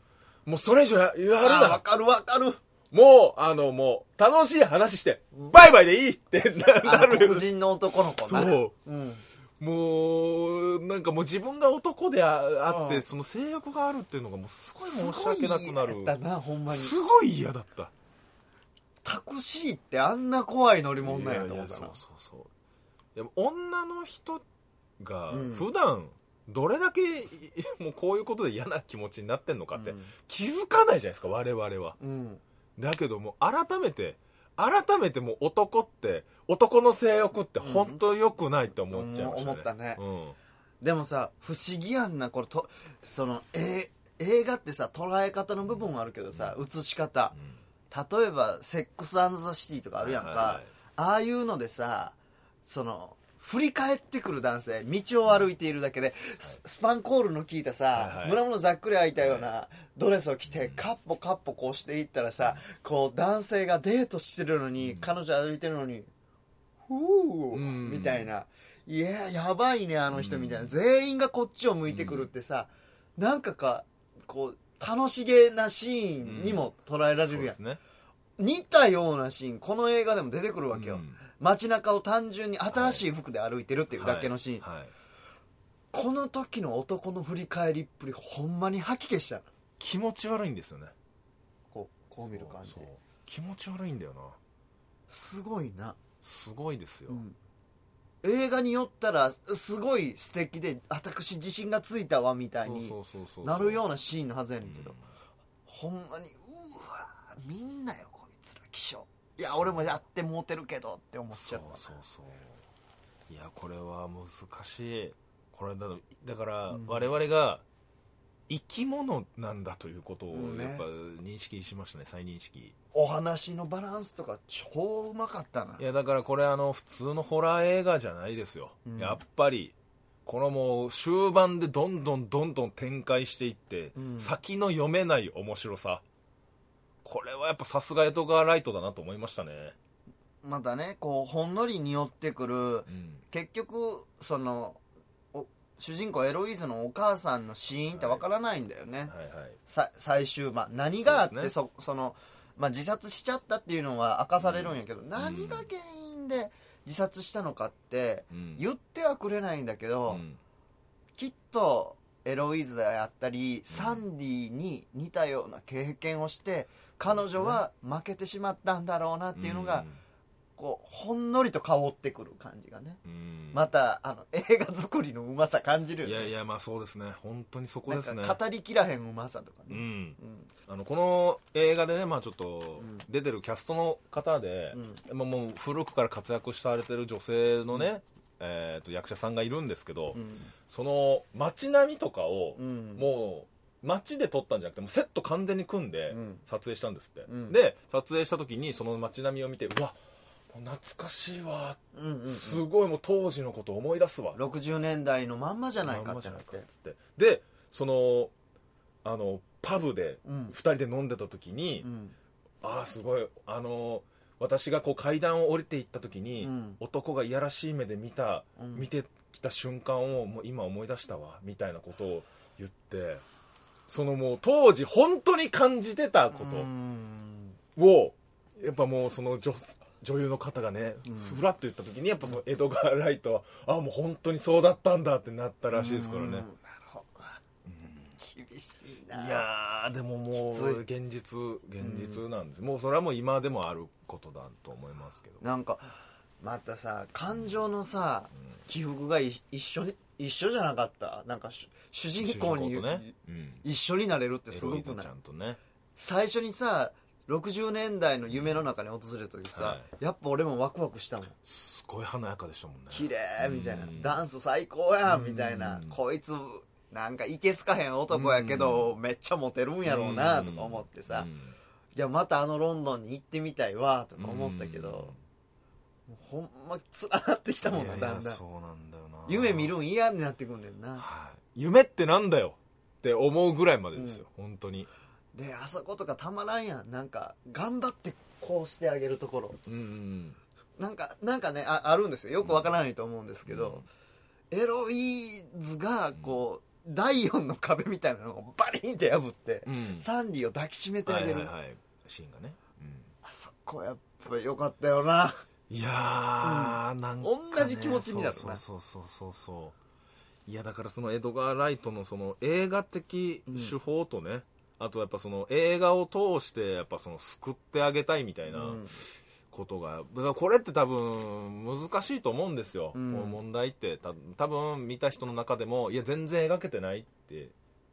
Speaker 2: もうそれ以上ややる
Speaker 1: あーわ
Speaker 2: な
Speaker 1: かるわかる
Speaker 2: もうあのもう楽しい話してバイバイでいいってな
Speaker 1: あ
Speaker 2: な
Speaker 1: の
Speaker 2: る
Speaker 1: 黒人の男の子
Speaker 2: そ
Speaker 1: な
Speaker 2: う
Speaker 1: うん
Speaker 2: もうなんかもう自分が男でああって
Speaker 1: うん
Speaker 2: その性欲があるっていうのがもうすごい
Speaker 1: すご
Speaker 2: 申
Speaker 1: い
Speaker 2: し訳なくな
Speaker 1: 嫌だっ
Speaker 2: る
Speaker 1: たなほんまに
Speaker 2: すごい嫌だった
Speaker 1: タクシーってあんな怖い乗り物なんやと
Speaker 2: い
Speaker 1: 思
Speaker 2: や
Speaker 1: っ
Speaker 2: いや
Speaker 1: た
Speaker 2: そう
Speaker 1: な
Speaker 2: そうそういや女の人が
Speaker 1: うん
Speaker 2: 普段どれだけもうこういうことで嫌な気持ちになってんのかって
Speaker 1: うん
Speaker 2: 気づかないじゃないですか我々は
Speaker 1: うん
Speaker 2: だけどもう改めて改めてもう男って男の性欲って本当良くないって思っちゃいましたね、
Speaker 1: 思ったね
Speaker 2: うん
Speaker 1: でもさ不思議やんなこれとそのえー映画ってさ捉え方の部分もあるけどさ映し方例えば「セックスザ・シティ」とかあるやんか、
Speaker 2: はいはいはい
Speaker 1: ああいうのでさその振り返ってくる男性道を歩いているだけで、ススパンコールの効いたさ、
Speaker 2: はいはい
Speaker 1: 胸元ざっくり開いたようなドレスを着て、カッポカッポこうしていったらさ、こう男性がデートしてるのに、彼女歩いてるのに「ふう
Speaker 2: うん
Speaker 1: みたいないややばいねあの人みたいな、全員がこっちを向いてくるってさ、なんかかこう楽しげなシーンにも捉えられ
Speaker 2: そう
Speaker 1: るやん
Speaker 2: です、ね
Speaker 1: 似たようなシーンこの映画でも出てくるわけよ、
Speaker 2: うん
Speaker 1: 街中を単純に新しい服で歩いてるっていうだけのシーン、
Speaker 2: はいはい
Speaker 1: この時の男の振り返りっぷりほんまに吐き気した
Speaker 2: 気持ち悪いんですよね
Speaker 1: こうこう見る感じ
Speaker 2: そう気持ち悪いんだよな
Speaker 1: すごいな、
Speaker 2: すごいですよ、
Speaker 1: うん映画によったらすごい素敵で私自信がついたわみたいに
Speaker 2: そうそうそうそう
Speaker 1: なるようなシーンのはずやねんけど
Speaker 2: うん
Speaker 1: ほんまにうわみんなよこいつら気象いや俺もやってもうてるけどって思っち
Speaker 2: そ
Speaker 1: ゃっ
Speaker 2: う
Speaker 1: た
Speaker 2: そうそういやこれは難しいこれだとだから
Speaker 1: うん
Speaker 2: 我々が生き物なんだということを
Speaker 1: うんね
Speaker 2: やっぱ認識しましたね再認識
Speaker 1: お話のバランスとか超うまかったない
Speaker 2: やだからこれあの普通のホラー映画じゃないですよ、
Speaker 1: うん
Speaker 2: やっぱりこのもう終盤でどんどんどんどん展開していって、
Speaker 1: うん
Speaker 2: 先の読めない面白さこれはやっぱさすが江戸川ライトだなと思いましたね、
Speaker 1: またねこうほんのり匂ってくる
Speaker 2: うん
Speaker 1: 結局そのお主人公エロイーズのお母さんの死因ってわからないんだよね、
Speaker 2: はいはい
Speaker 1: さ最終まあ何があってそ
Speaker 2: そうです
Speaker 1: その、まあ、自殺しちゃったっていうのは明かされるんやけど、何が原因で自殺したのかって
Speaker 2: うん
Speaker 1: 言ってはくれないんだけど、
Speaker 2: うん
Speaker 1: きっとエロイーズであったり、サンディに似たような経験をして彼女は負けてしまったんだろうなっていうのが、こうほんのりと香ってくる感じがね
Speaker 2: うんうん
Speaker 1: またあの映画作りのうまさ感じるよ
Speaker 2: い
Speaker 1: ね
Speaker 2: やいやまあそうですね本当にそこ
Speaker 1: な
Speaker 2: で
Speaker 1: ん
Speaker 2: すね
Speaker 1: か語りきらへんうまさとか
Speaker 2: う
Speaker 1: ね
Speaker 2: ん、
Speaker 1: うん
Speaker 2: あのこの映画でね、まあ、ちょっと
Speaker 1: うん
Speaker 2: 出てるキャストの方で、まあ、もう古くから活躍されてる女性のね、えー、と役者さんがいるんですけど、
Speaker 1: うん
Speaker 2: その街並みとかを、
Speaker 1: うん
Speaker 2: もう街で撮ったんじゃなくてもうセット完全に組んで
Speaker 1: うん
Speaker 2: 撮影したんですって、
Speaker 1: うん
Speaker 2: で撮影した時にその街並みを見てうわ懐かしいわ、
Speaker 1: うんうんうん
Speaker 2: すごいもう当時のこと思い出すわ
Speaker 1: 60年代のまんまじゃないか
Speaker 2: まんま
Speaker 1: って
Speaker 2: じゃ
Speaker 1: な
Speaker 2: な
Speaker 1: っ
Speaker 2: い
Speaker 1: て
Speaker 2: かっつってでそのあのパブで
Speaker 1: うん
Speaker 2: 2人で飲んでた時に、
Speaker 1: うん
Speaker 2: ああすごいあの私がこう階段を降りていった時に、
Speaker 1: うん
Speaker 2: 男がいやらしい目で見た、
Speaker 1: うん
Speaker 2: 見てきた瞬間をもう今思い出したわみたいなことを言ってそのもう当時本当に感じてたこ
Speaker 1: うん
Speaker 2: とを、やっぱもうその女女優の方がね、
Speaker 1: うん
Speaker 2: ふらっと言った時にやっぱその江戸川ライトはああもう本当にそうだったんだってなったらしいですからね、
Speaker 1: うんなるほど厳しいない
Speaker 2: やーでももう
Speaker 1: き
Speaker 2: 現実現実なんです、もうそれはもう今でもあることだと思いますけど
Speaker 1: なんかまたさ感情のさ起伏がい一緒に一緒じゃなかったなんか主主人公に
Speaker 2: 主人公とね、うん、
Speaker 1: 一緒になれるって
Speaker 2: エ
Speaker 1: す
Speaker 2: ロ
Speaker 1: ご
Speaker 2: イ
Speaker 1: く
Speaker 2: ズ
Speaker 1: ない
Speaker 2: ちゃんとね
Speaker 1: 最初にさ60年代の夢の中に訪れた時さ、
Speaker 2: は
Speaker 1: やっぱ俺もワクワクしたもん
Speaker 2: すごい華やかでしたもんね
Speaker 1: 綺麗みたいな
Speaker 2: うん
Speaker 1: ダンス最高やんみたいな
Speaker 2: うん
Speaker 1: こいつなんかいけすかへん男やけどめっちゃモテるんやろうなとか思ってさ
Speaker 2: うん
Speaker 1: いやまたあのロンドンに行ってみたいわとか思ったけどほんまつらなってきた
Speaker 2: うん
Speaker 1: もんない
Speaker 2: やい
Speaker 1: だ
Speaker 2: や
Speaker 1: んだん
Speaker 2: そうなんだよな
Speaker 1: 夢見るん嫌になってくんねんな
Speaker 2: はい夢ってなんだよって思うぐらいまでですよ、本当に
Speaker 1: であそことかたまらんやんなんか頑張ってこうしてあげるところ
Speaker 2: うんうん
Speaker 1: なんかなんかねああるんですよよくわからないと思うんですけど、エロイーズがこう、第4の壁みたいなのをバリンって破って、
Speaker 2: うん
Speaker 1: サンディを抱きしめて
Speaker 2: は
Speaker 1: あ
Speaker 2: い
Speaker 1: げ
Speaker 2: は
Speaker 1: る、
Speaker 2: いはいシーンがね、うん
Speaker 1: あそこやっぱ良かったよな
Speaker 2: いやー、なんか、ね、
Speaker 1: 同じ気持ちになるね
Speaker 2: そうそうそうそうそういやだからその江戸川ライトのその映画的手法とね、あとやっぱその映画を通してやっぱその救ってあげたいみたいな
Speaker 1: うん
Speaker 2: ことが、だからこれって多分難しいと思うんですよ、
Speaker 1: うん
Speaker 2: この問題ってた多分見た人の中でもいや全然描けてないって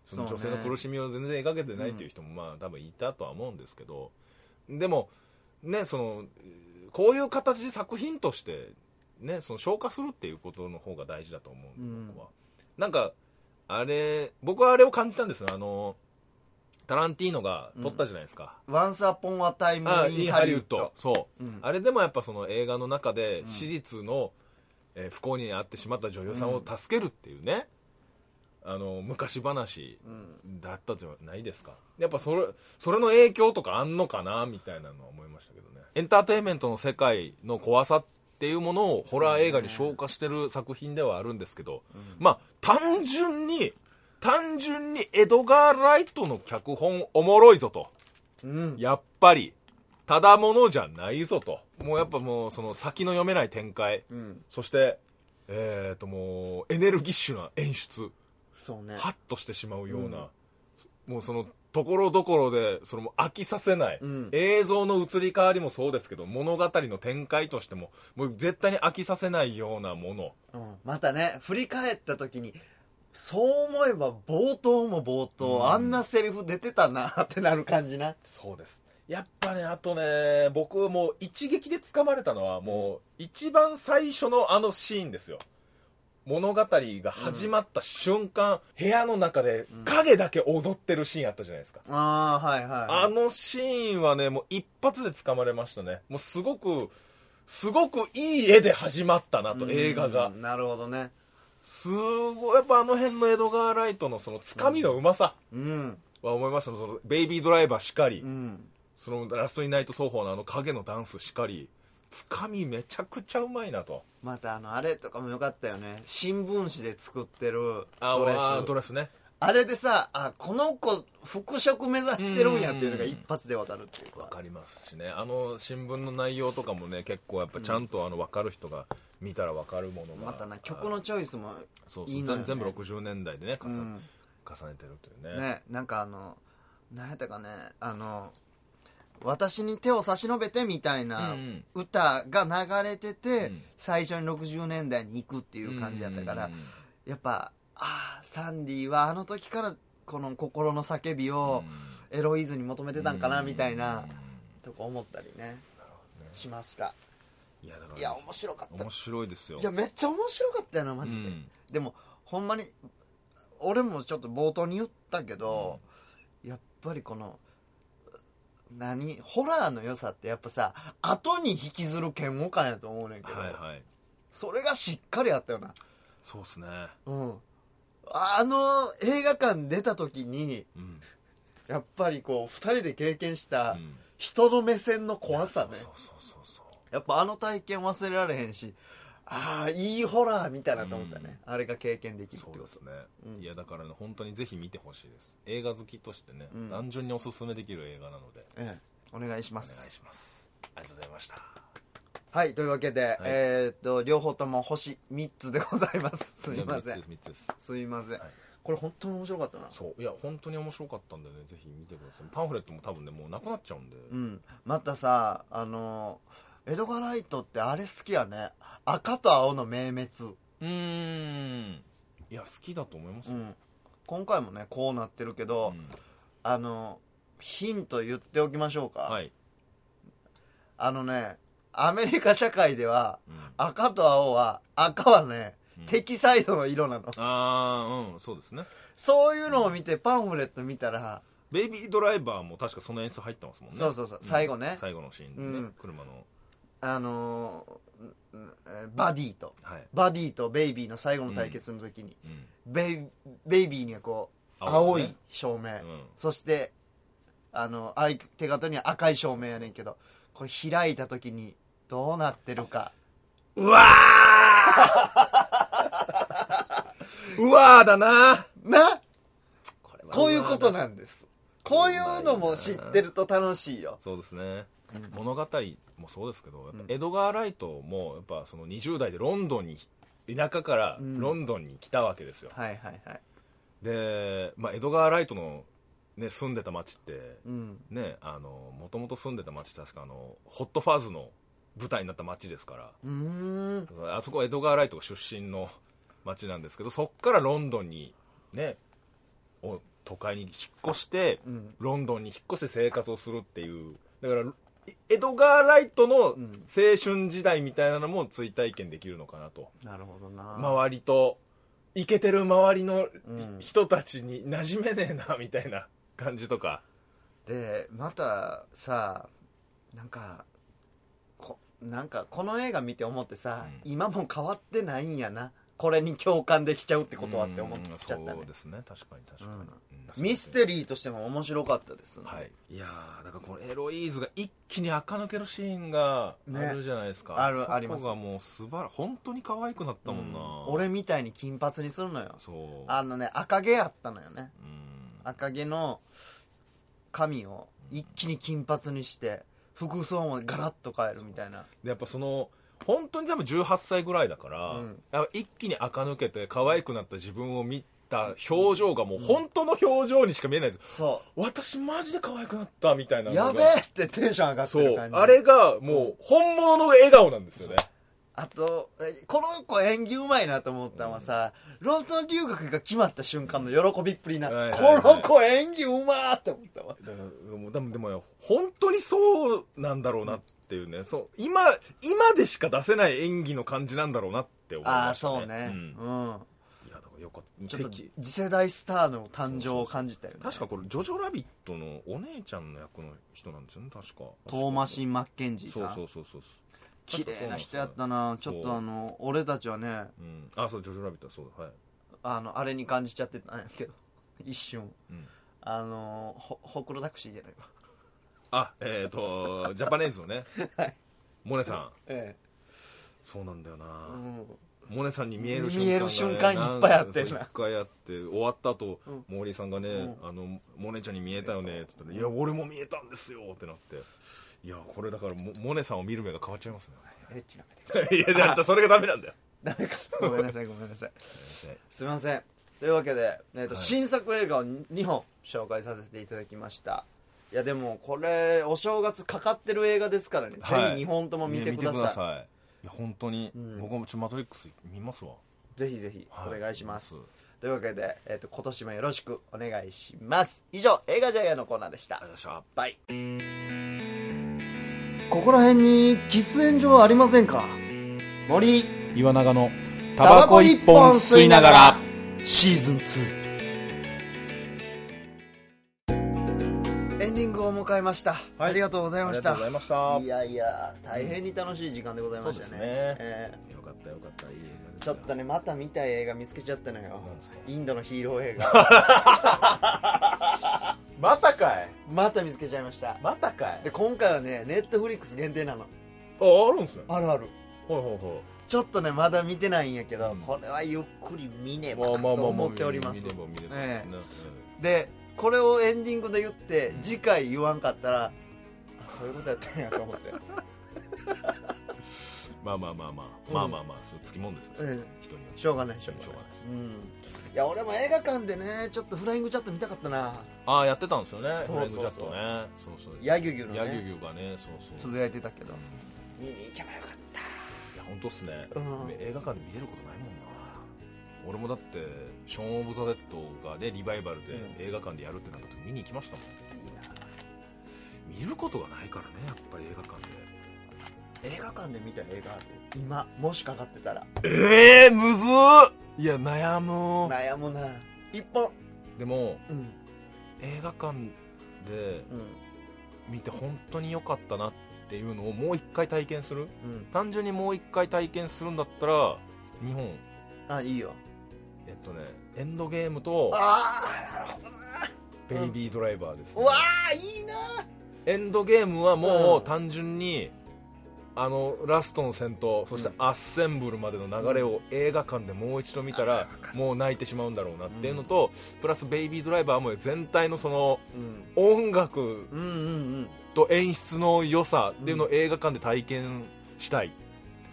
Speaker 2: その
Speaker 1: そう
Speaker 2: 女
Speaker 1: ね
Speaker 2: 性の苦しみを全然描けてないっていう人もまあ多分いたとは思うんですけど、でもねそのこういう形で作品としてねその消化するっていうことの方が大事だと思う、
Speaker 1: うん
Speaker 2: 僕はなんかあれ僕はあれを感じたんですよあのタランティーノが撮ったじゃないですか、
Speaker 1: Once upon a time
Speaker 2: あ
Speaker 1: in
Speaker 2: イ
Speaker 1: Hollywood
Speaker 2: ンハリウッドそう、
Speaker 1: うん
Speaker 2: あれでもやっぱその映画の中で史実の、えー不幸に遭ってしまった女優さんを助けるっていうね、あの昔話
Speaker 1: うん
Speaker 2: だったじゃないですかやっぱそれそれの影響とかあんのかなみたいなのは思いましたけどねエンターテインメントの世界の怖さっていうものをホラー映画に昇華してる作品ではあるんですけど、まあ単純に単純にエドガー・ライトの脚本おもろいぞと
Speaker 1: うん
Speaker 2: やっぱり、ただものじゃないぞと。もうやっぱもう、その先の読めない展開。
Speaker 1: うん
Speaker 2: そして、えーともう、エネルギッシュな演出。
Speaker 1: そうね
Speaker 2: ハッとしてしまうような、もうその、ところどころで、それも飽きさせない、
Speaker 1: うん
Speaker 2: 映像の移り変わりもそうですけど、物語の展開としても、もう絶対に飽きさせないようなもの。
Speaker 1: うんまたね振り返った時にそう思えば冒頭も冒頭、あんなセリフ出てたなってなる感じな
Speaker 2: そうですやっぱねあとね僕もう一撃でつかまれたのはもう一番最初のあのシーンですよ物語が始まった瞬間、部屋の中で影だけ踊ってるシーンあったじゃないですか、
Speaker 1: ああはいはいはい
Speaker 2: あのシーンはねもう一発でつかまれましたねもうすごくすごくいい絵で始まったなと映画が
Speaker 1: うんなるほどね
Speaker 2: すごいやっぱあの辺のエドガー・ライトのそのつかみのうまさ
Speaker 1: うん
Speaker 2: は思いました、そのベイビードライバーしかり、
Speaker 1: うん
Speaker 2: そのラストインナイト奏法のあの影のダンスしかりつかみめちゃくちゃうまいなと
Speaker 1: またあのあれとかもよかったよね新聞紙で作ってるド
Speaker 2: ド
Speaker 1: レ
Speaker 2: レ
Speaker 1: ス
Speaker 2: ス
Speaker 1: あ
Speaker 2: ドレスね
Speaker 1: れでさあこの子服飾目指してるんやっていうのが一発でわかるっていう
Speaker 2: わ
Speaker 1: か
Speaker 2: かりますしねあの新聞の内容とかもね結構やっぱちゃんとあの分かる人が見たら分かるものが
Speaker 1: またな曲のチョイスも
Speaker 2: そうそう
Speaker 1: いいのよ、ね、
Speaker 2: 全全部60年代でね重,、
Speaker 1: うん
Speaker 2: 重ねてるというね
Speaker 1: ねなんかあの何やったかねあの私に手を差し伸べてみたいな
Speaker 2: うん
Speaker 1: 歌が流れてて、
Speaker 2: うん
Speaker 1: 最初に60年代に行くっていう感じだったから、
Speaker 2: うんうんうん
Speaker 1: やっぱああサンディはあの時からこの心の叫びをエロイズに求めてたんかなみたいなとか思ったりねしました
Speaker 2: いやだから
Speaker 1: いや面白かった
Speaker 2: 面白いですよ
Speaker 1: いやめっちゃ面白かったよなマジで、
Speaker 2: うん
Speaker 1: でもほんまに俺もちょっと冒頭に言ったけど、やっぱりこの何ホラーの良さってやっぱさ後に引きずる嫌悪感やと思うねんけど、
Speaker 2: はいはい
Speaker 1: それがしっかりあったよな
Speaker 2: そうっすね
Speaker 1: うんあの映画館出た時に
Speaker 2: うん
Speaker 1: やっぱりこう2人で経験し
Speaker 2: う
Speaker 1: た
Speaker 2: ん
Speaker 1: 人の目線の怖さね、
Speaker 2: そうそうそうそう
Speaker 1: やっぱあの体験忘れられへんしああいいホラーみたいなと思ったね、あれが経験できるって
Speaker 2: そ
Speaker 1: こ
Speaker 2: う
Speaker 1: と
Speaker 2: ですね、
Speaker 1: うん
Speaker 2: いやだからね本当にぜひ見てほしいです映画好きとしてね、
Speaker 1: うん
Speaker 2: 単純におすすめできる映画なので
Speaker 1: ええお願いしま
Speaker 2: お願
Speaker 1: す
Speaker 2: いしますありがとうございました
Speaker 1: はいというわけで、えーっと両方とも星3つでございます すいませ
Speaker 2: 3
Speaker 1: ん
Speaker 2: つです3つです
Speaker 1: すいません、
Speaker 2: はい
Speaker 1: これ本当に面白かったな
Speaker 2: そういや本当に面白かったんでねぜひ見てくださいパンフレットも多分ねもうなくなっちゃうんで、
Speaker 1: うんまたさあのエドガー・ライトってあれ好きやね赤と青の明滅
Speaker 2: うーんいや好きだと思います
Speaker 1: う
Speaker 2: よ、
Speaker 1: ん今回もねこうなってるけど、
Speaker 2: うん
Speaker 1: あのヒント言っておきましょうか、
Speaker 2: はい、
Speaker 1: あのねアメリカ社会では
Speaker 2: うん、あ
Speaker 1: 赤と青は赤はね、
Speaker 2: うん
Speaker 1: 敵サイドの色なの
Speaker 2: あーうんそうですね
Speaker 1: そういうのを見てパンフレット見たら、
Speaker 2: ベイビードライバーも確かその演出入ってますもんね
Speaker 1: そうそうそう最後ね
Speaker 2: 最後のシーンでね、
Speaker 1: うん
Speaker 2: 車の
Speaker 1: あのーんんえーバディと
Speaker 2: はい、
Speaker 1: バディとベイビーの最後の対決の時に、
Speaker 2: うん
Speaker 1: ベイベイビーにはこう
Speaker 2: 青
Speaker 1: 青
Speaker 2: ね
Speaker 1: い照明、
Speaker 2: ん
Speaker 1: そしてあの相手方には赤い照明やねんけどこれ開いた時にどうなってるか
Speaker 2: うわーうわーだな
Speaker 1: な
Speaker 2: こ
Speaker 1: こういうこと
Speaker 2: ね
Speaker 1: なんですこういうのも知ってると楽しいよ
Speaker 2: そうですね物語もそうですけどやっぱエドガー・ライトもやっぱその20代でロンドンに田舎から
Speaker 1: うん
Speaker 2: ロンドンに来たわけですよ、
Speaker 1: はいはいはい
Speaker 2: で、まあ、エドガー・ライトの、ね、住んでた町って
Speaker 1: うん
Speaker 2: ねあのもともと住んでた町確かあのホットファズの舞台になった町ですから
Speaker 1: うーん
Speaker 2: あそこエドガー・ライトが出身の町なんですけどそっからロンドンにねお都会に引っ越して、
Speaker 1: うん
Speaker 2: ロンドンに引っ越して生活をするっていうだからいエドガー・ライトの青
Speaker 1: ん
Speaker 2: 春時代みたいなのも追体験できるのかなと、
Speaker 1: なるほどな、
Speaker 2: 周りとイケてる周りの
Speaker 1: うん
Speaker 2: 人たちに馴染めねえなみたいな感じとか、
Speaker 1: でまたさなんかこなんかこの映画見て思ってさ、
Speaker 2: う
Speaker 1: 今も変わってないんやなこれに共感できちゃうってことはって思っちゃったね
Speaker 2: うんそうですね確かに確かに、
Speaker 1: うん
Speaker 2: うん
Speaker 1: ミステリーとしても面白かったですね、
Speaker 2: はい、いやーだからこのエロイーズが一気に垢抜けるシーンが
Speaker 1: ね
Speaker 2: あるじゃないですか、
Speaker 1: ある
Speaker 2: そこが
Speaker 1: あります
Speaker 2: もう素晴ら本当に可愛くなったもんな、
Speaker 1: うん俺みたいに金髪にするのよ
Speaker 2: そう
Speaker 1: あのね赤毛やったのよね
Speaker 2: うん
Speaker 1: 赤毛の髪を一気に金髪にして服装もガラッと変えるみたいな
Speaker 2: でやっぱその本当に多分18歳ぐらいだから、
Speaker 1: うん
Speaker 2: やっぱ一気に垢抜けて可愛くなった自分を見た表情がもう本当の表情にしか見えないです、
Speaker 1: そ
Speaker 2: 私マジで可愛くなったみたいな
Speaker 1: う
Speaker 2: のが
Speaker 1: やべえってテンション上がって
Speaker 2: そ
Speaker 1: る
Speaker 2: う
Speaker 1: 感じ
Speaker 2: あれがもう本物の笑顔なんですよね
Speaker 1: あとえこの子演技うまいなと思ったのはさ、ロンドン留学が決まった瞬間の喜びっぷりな、
Speaker 2: はいはいはい
Speaker 1: この子演技うまーって思ったわ
Speaker 2: だからもうでもでも本当にそうなんだろうなっていうね、そう今今でしか出せない演技の感じなんだろうなって思い
Speaker 1: ああ
Speaker 2: ま
Speaker 1: ー
Speaker 2: したね
Speaker 1: そうね
Speaker 2: ん
Speaker 1: う
Speaker 2: い
Speaker 1: ん、
Speaker 2: やだからよかっ
Speaker 1: ち
Speaker 2: た
Speaker 1: ょっと
Speaker 2: 敵
Speaker 1: 次世代スターの誕生を感じたよね
Speaker 2: 確かこれジョジョラビットのお姉ちゃんの役の人なんですよね確か
Speaker 1: トーマシン・マッケンジー
Speaker 2: そう
Speaker 1: さ
Speaker 2: そ
Speaker 1: ん
Speaker 2: うそうそう
Speaker 1: 綺麗な人やっ
Speaker 2: な
Speaker 1: たなち
Speaker 2: そ
Speaker 1: ょ
Speaker 2: う
Speaker 1: っとあの俺たちはね
Speaker 2: うんあそうジョジョラビットはそうだはい
Speaker 1: あのあれに感じちゃってたんやけど 一瞬
Speaker 2: うん
Speaker 1: あのほほくろタクシーじゃないわ
Speaker 2: あえっ、とジャパネーズのね、
Speaker 1: はい
Speaker 2: モネさん
Speaker 1: え
Speaker 2: そうなんだよな、
Speaker 1: えうん
Speaker 2: モネさんに見える瞬間,、
Speaker 1: 見える瞬間いっぱいあってんな
Speaker 2: そういっぱいあって終わった後、
Speaker 1: うん
Speaker 2: モーリーさんがね、あの「モネちゃんに見えたよね」って言ったら「いや俺も見えたんですよ」ってなっていやこれだからモモネさんを見る目が変わっちゃ いますね
Speaker 1: エッチな目で
Speaker 2: いやだってそれがダメな んだよ
Speaker 1: ダメかごめんなさいごめんなさいすみませんというわけで、えーと
Speaker 2: はい
Speaker 1: 新作映画を2本紹介させていただきましたいやでもこれお正月かかってる映画ですからね、
Speaker 2: はい
Speaker 1: ぜひ2本とも見てくだ
Speaker 2: ね見
Speaker 1: さ
Speaker 2: いいや本当に、
Speaker 1: ん
Speaker 2: 僕もちょっとマトリックス見ますわ
Speaker 1: いぜひぜひ
Speaker 2: はい
Speaker 1: お願いします、
Speaker 2: 見
Speaker 1: というわけで、えー、と今年もよろしくお願いします以上映画ジャイアンのコーナーでした
Speaker 2: ありがとうございました
Speaker 1: バイここら辺に喫煙所はありませんか森
Speaker 3: 岩永のタバコ一本吸いながら
Speaker 1: シーズン2エンディングを迎えました、
Speaker 2: はい
Speaker 1: ありがとうござい
Speaker 2: あ
Speaker 1: ま
Speaker 2: り
Speaker 1: し
Speaker 2: がとう
Speaker 1: た
Speaker 2: ございましたよ
Speaker 1: いやいや大変に楽しい時間でございましたね,、
Speaker 2: そうですね
Speaker 1: え
Speaker 2: かったよかったいい映画で
Speaker 1: ー
Speaker 2: す
Speaker 1: ちょっとねまた見たい映画見つけちゃったのよ
Speaker 2: 何ですか
Speaker 1: インドのヒーロー映画
Speaker 2: またかい
Speaker 1: また見つけちゃいました
Speaker 2: またかい
Speaker 1: で今回はねネットフリックス限定なの
Speaker 2: ああるんですね
Speaker 1: あるある
Speaker 2: ほいほいほい
Speaker 1: ちょっとねまだ見てないんやけど、
Speaker 2: うん
Speaker 1: これはゆっくり見ねば
Speaker 2: まあ
Speaker 1: と
Speaker 2: まあまあまあ
Speaker 1: 思っております
Speaker 2: 見れば見ればで
Speaker 1: え
Speaker 2: すね
Speaker 1: でこれをエンディングで言って次回言わんかったら、あそういうことやったんやと思って、
Speaker 2: まあまあま
Speaker 1: う
Speaker 2: あまあ
Speaker 1: ん
Speaker 2: まあまあまあ そうつきもんですよ
Speaker 1: うん、
Speaker 2: 人によって
Speaker 1: しょうがないし
Speaker 2: し
Speaker 1: ょ
Speaker 2: ょ
Speaker 1: う
Speaker 2: う
Speaker 1: が
Speaker 2: が
Speaker 1: ない
Speaker 2: ないですよ
Speaker 1: うんいや俺も映画館でねちょっとフライングチャット見たかったな
Speaker 2: ああやってたんですよね
Speaker 1: そ
Speaker 2: フ
Speaker 1: うそう
Speaker 2: ライ
Speaker 1: そう
Speaker 2: ングチャットねそうそう
Speaker 1: ヤギュギュの
Speaker 2: ヤギュ
Speaker 1: ね
Speaker 2: ギュがねそうそ
Speaker 1: つ
Speaker 2: う
Speaker 1: ぶやいてたけど
Speaker 2: い
Speaker 1: 見に行けばよかった
Speaker 2: や本当っすね
Speaker 1: うん
Speaker 2: 映画館で見れることないもんな俺もだってショーン・オブ・ザ・デッドがねリバイバルで
Speaker 1: う
Speaker 2: 映画館でやるってなった時見に行きましたもん
Speaker 1: いいな
Speaker 2: 見ることがないからねやっぱり映画館で
Speaker 1: 映画館で見た映画ある今もしかかってたら
Speaker 2: ええむずいや悩む
Speaker 1: 悩むな一本
Speaker 2: でも
Speaker 1: うん
Speaker 2: 映画館で
Speaker 1: う
Speaker 2: 見て本当に良かったなっていうのをもう一回体験す
Speaker 1: ん
Speaker 2: る
Speaker 1: うん
Speaker 2: 単純にもう一回体験するんだったら日本
Speaker 1: あいいよ
Speaker 2: えっとねエンドゲームと
Speaker 1: あ
Speaker 2: ベイビードライバーです、
Speaker 1: あ
Speaker 2: ね
Speaker 1: うわあいいな
Speaker 2: エンドゲームは
Speaker 1: う
Speaker 2: も
Speaker 1: ん
Speaker 2: う単純に、あのラストの戦闘そして
Speaker 1: うん
Speaker 2: アッセンブルまでの流れを映画館でもう一度見たら、もう泣いてしまうんだろうなっていうのと、プラスベイビードライバーも全体のその
Speaker 1: うん
Speaker 2: 音楽
Speaker 1: うんうんうん
Speaker 2: と演出の良さっていうのを映画館で体験したいって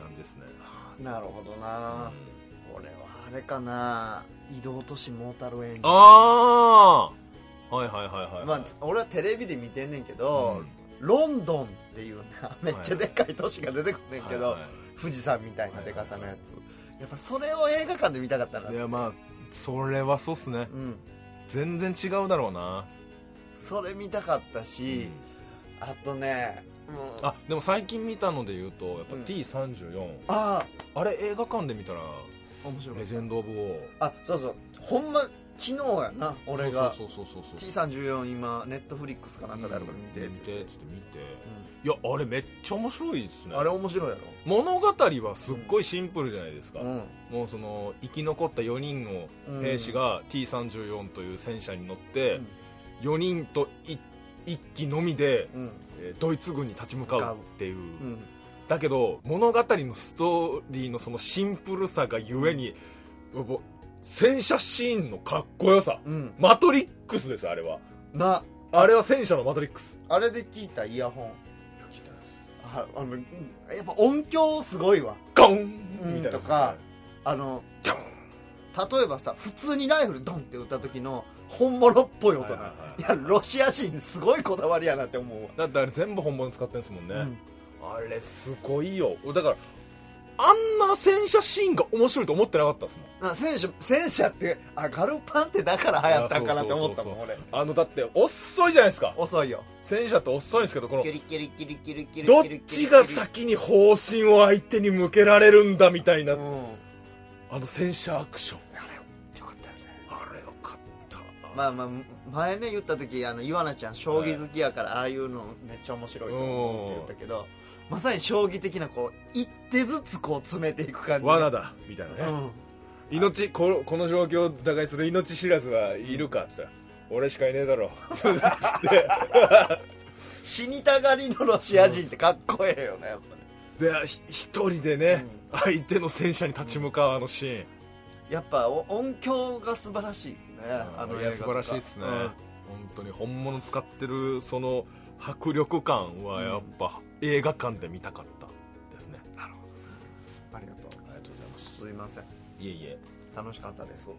Speaker 2: 感じですね、
Speaker 1: あなるほどな、俺はあれかな移動都市モータルエンジン
Speaker 2: ああはいはいはいはい、
Speaker 1: まあ、俺はテレビで見てんねんけど、ロンドンっていうなめっちゃでっかい都市が出てくんねんけど、
Speaker 2: はいは
Speaker 1: 富士山みたいなでかさのやつ、やっぱそれを映画館で見たかったない
Speaker 2: いやまあそれはそうっすね
Speaker 1: うん
Speaker 2: 全然違うだろうな、
Speaker 1: それ見たかったし、あとね、うん、あ
Speaker 2: あでも最近見たので言うとやっぱ
Speaker 1: うん
Speaker 2: T34、
Speaker 1: あ
Speaker 2: あれ映画館で見たら
Speaker 1: ー面白
Speaker 2: レ
Speaker 1: い
Speaker 2: ジェンド・オブ・オー
Speaker 1: あそうそうほんま昨日やな俺が
Speaker 2: そうそうそうそうそう
Speaker 1: T34 今ネットフリックスかなんかであるから見てって
Speaker 2: うん見てっつって見て
Speaker 1: う
Speaker 2: いやあれめっちゃ面白いですね
Speaker 1: んあれ面白いやろ
Speaker 2: 物語はすっごいシンプルじゃないですか、
Speaker 1: うん
Speaker 2: もうその生き残った4人の兵士が T34 という戦車に乗って
Speaker 1: うん
Speaker 2: 4人と1機のみで
Speaker 1: うん
Speaker 2: えードイツ軍に立ち向かうっていう、
Speaker 1: うん
Speaker 2: だけど物語のストーリーのそのシンプルさがゆえに、もう戦車シーンのかっこよさ、
Speaker 1: うん
Speaker 2: マトリックスですあれは
Speaker 1: な
Speaker 2: あれは戦車のマトリックス
Speaker 1: あれで聞いたイヤホンああのうんやっぱ音響すごいわ
Speaker 2: ガンみたいなやつですね
Speaker 1: とかあの例えばさ普通にライフルドンって打った時の本物っぽい音な、
Speaker 2: はい
Speaker 1: い
Speaker 2: はいはい
Speaker 1: やロシア人すごいこだわりやなって思うわ、
Speaker 2: だってあれ全部本物使ってんですもんね、
Speaker 1: うん
Speaker 2: あれすごいよだからあんな戦車シーンが面白いと思ってなかったですもん
Speaker 1: な戦車戦車ってあガルパンってだから流行ったんかなって思ったも
Speaker 2: い
Speaker 1: ん
Speaker 2: や
Speaker 1: 俺
Speaker 2: あのだって遅いじゃないですか
Speaker 1: 遅いよ
Speaker 2: 戦車って遅いんですけどこの
Speaker 1: キュリキュリキュリキュリキュリ
Speaker 2: どっ
Speaker 1: キュリキュ
Speaker 2: ち
Speaker 1: リ
Speaker 2: が先に方針を相手に向けられるんだみたいな、
Speaker 1: うん
Speaker 2: あの戦車アクション
Speaker 1: あれよかったよね
Speaker 2: あれよかった
Speaker 1: まあまあ前ね言った時あのイワナちゃん将棋好きやからああいうのめっちゃ面白いと思うって言ったけどまさに将棋的なこう一手ずつこう詰めていく感じ
Speaker 2: 罠だみたいなね、
Speaker 1: うん
Speaker 2: 命ここの状況を打開する命知らずはいるかって言ったら、俺しかいねえ だろつって
Speaker 1: 死にたがりのロシア人ってかっこええよねやっぱね
Speaker 2: でひ一人でね、相手の戦車に立ち向かうあのシーン、
Speaker 1: やっぱお音響が素晴らしいねあの
Speaker 2: い
Speaker 1: 映画
Speaker 2: や
Speaker 1: と
Speaker 2: 素
Speaker 1: か
Speaker 2: 晴らしいですね、
Speaker 1: うん
Speaker 2: 本当に本物使ってるその迫力感はやっぱ映画館で見たかったですね、なるほど
Speaker 1: ありがと
Speaker 2: ありがとうございます
Speaker 1: うすいません
Speaker 2: いえいえ
Speaker 1: 楽しかったです
Speaker 2: 楽しか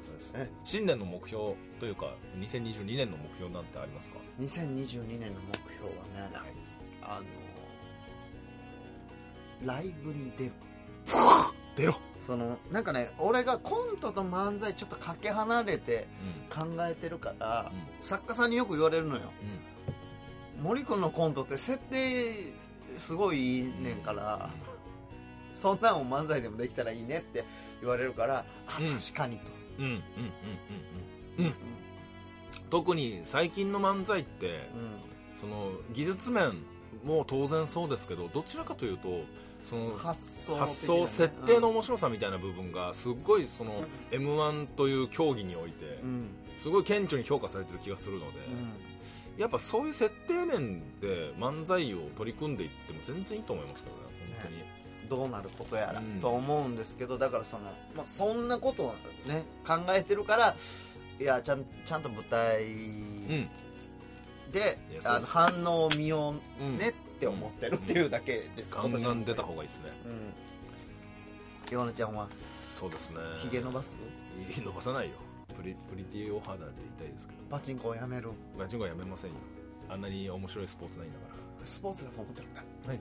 Speaker 2: ったです
Speaker 1: え
Speaker 2: 新年の目標というか2022年の目標なんてありますか
Speaker 1: 2022年の目標はねあのライブに出る
Speaker 2: 出ろ、
Speaker 1: そのなんかね俺がコントと漫才ちょっとかけ離れて
Speaker 2: う
Speaker 1: 考えてるから
Speaker 2: ん、
Speaker 1: 作家さんによく言われるのよ
Speaker 2: うん
Speaker 1: 森君のコントって設定すごいいいねんから、そんなんを漫才でもできたらいいねって言われるからあ
Speaker 2: うん
Speaker 1: 確かにと、
Speaker 2: うんうんうんうんうんうん特に最近の漫才って
Speaker 1: う
Speaker 2: その技術面も当然そうですけどどちらかというとそ
Speaker 1: ん、
Speaker 2: の
Speaker 1: 発想的なね、
Speaker 2: 発想設定の
Speaker 1: うん
Speaker 2: 面白さみたいな部分がすっごいその m 1という競技において
Speaker 1: うん
Speaker 2: すごい顕著に評価されてる気がするのでやっぱそういう設定面で漫才を取り組んでいっても全然いいと思いますけどね本当に
Speaker 1: うんどうなることやら
Speaker 2: うん
Speaker 1: と思うんですけど、だからその、まあ、そんなことをね考えてるからいやちゃんちゃんと舞台で、
Speaker 2: いやそう
Speaker 1: あの反応を見よ
Speaker 2: うん、う、
Speaker 1: うんねって思ってるっていうだけです、
Speaker 2: ガンガン出た方がいいですね
Speaker 1: うんヨナちゃんは
Speaker 2: そうですね
Speaker 1: ひげ伸ば す、
Speaker 2: 伸ばさないよプリプリティお肌って言いたいですけど
Speaker 1: パチンコをやめる
Speaker 2: ガチンコはやめませんよあんなに面白いスポーツないんだか
Speaker 1: スポーツだと思ってるんだ
Speaker 2: ら、はい、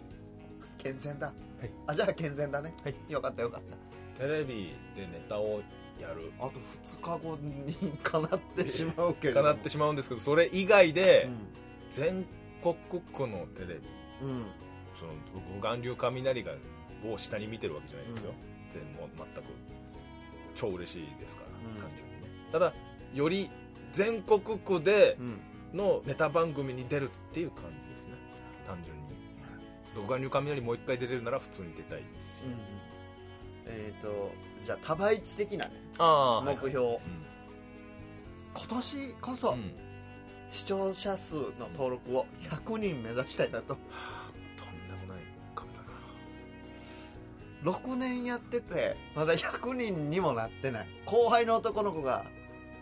Speaker 1: 健全だ、
Speaker 2: い
Speaker 1: あじゃあ健全だね、
Speaker 2: はい
Speaker 1: よかったよかっ
Speaker 2: テレビでネタをやる
Speaker 1: たあと2日後にかなってしまうけれど
Speaker 2: か
Speaker 1: も
Speaker 2: なってしまうんですけどそれ以外で
Speaker 1: う
Speaker 2: 全国区のテレビ
Speaker 1: ん、うん、
Speaker 2: その僕眼流雷がを下に見てるわけじゃないですよ、
Speaker 1: うん
Speaker 2: 全もう全く超嬉しいですから、
Speaker 1: うん
Speaker 2: 単純にねただより全国区で
Speaker 1: うん
Speaker 2: のネタ番組に出るっていう感じですね単純に独眼流雷もう一回出れるなら普通に出たいですし、
Speaker 1: うんえっ、とじゃあ多倍一的なね
Speaker 2: あ
Speaker 1: 目標、今年こそ、
Speaker 2: うん、
Speaker 1: 視聴者数の登録を100人目指したいなと
Speaker 2: とんでもない壁だな
Speaker 1: 6年やっててまだ100人にもなってない後輩の男の子が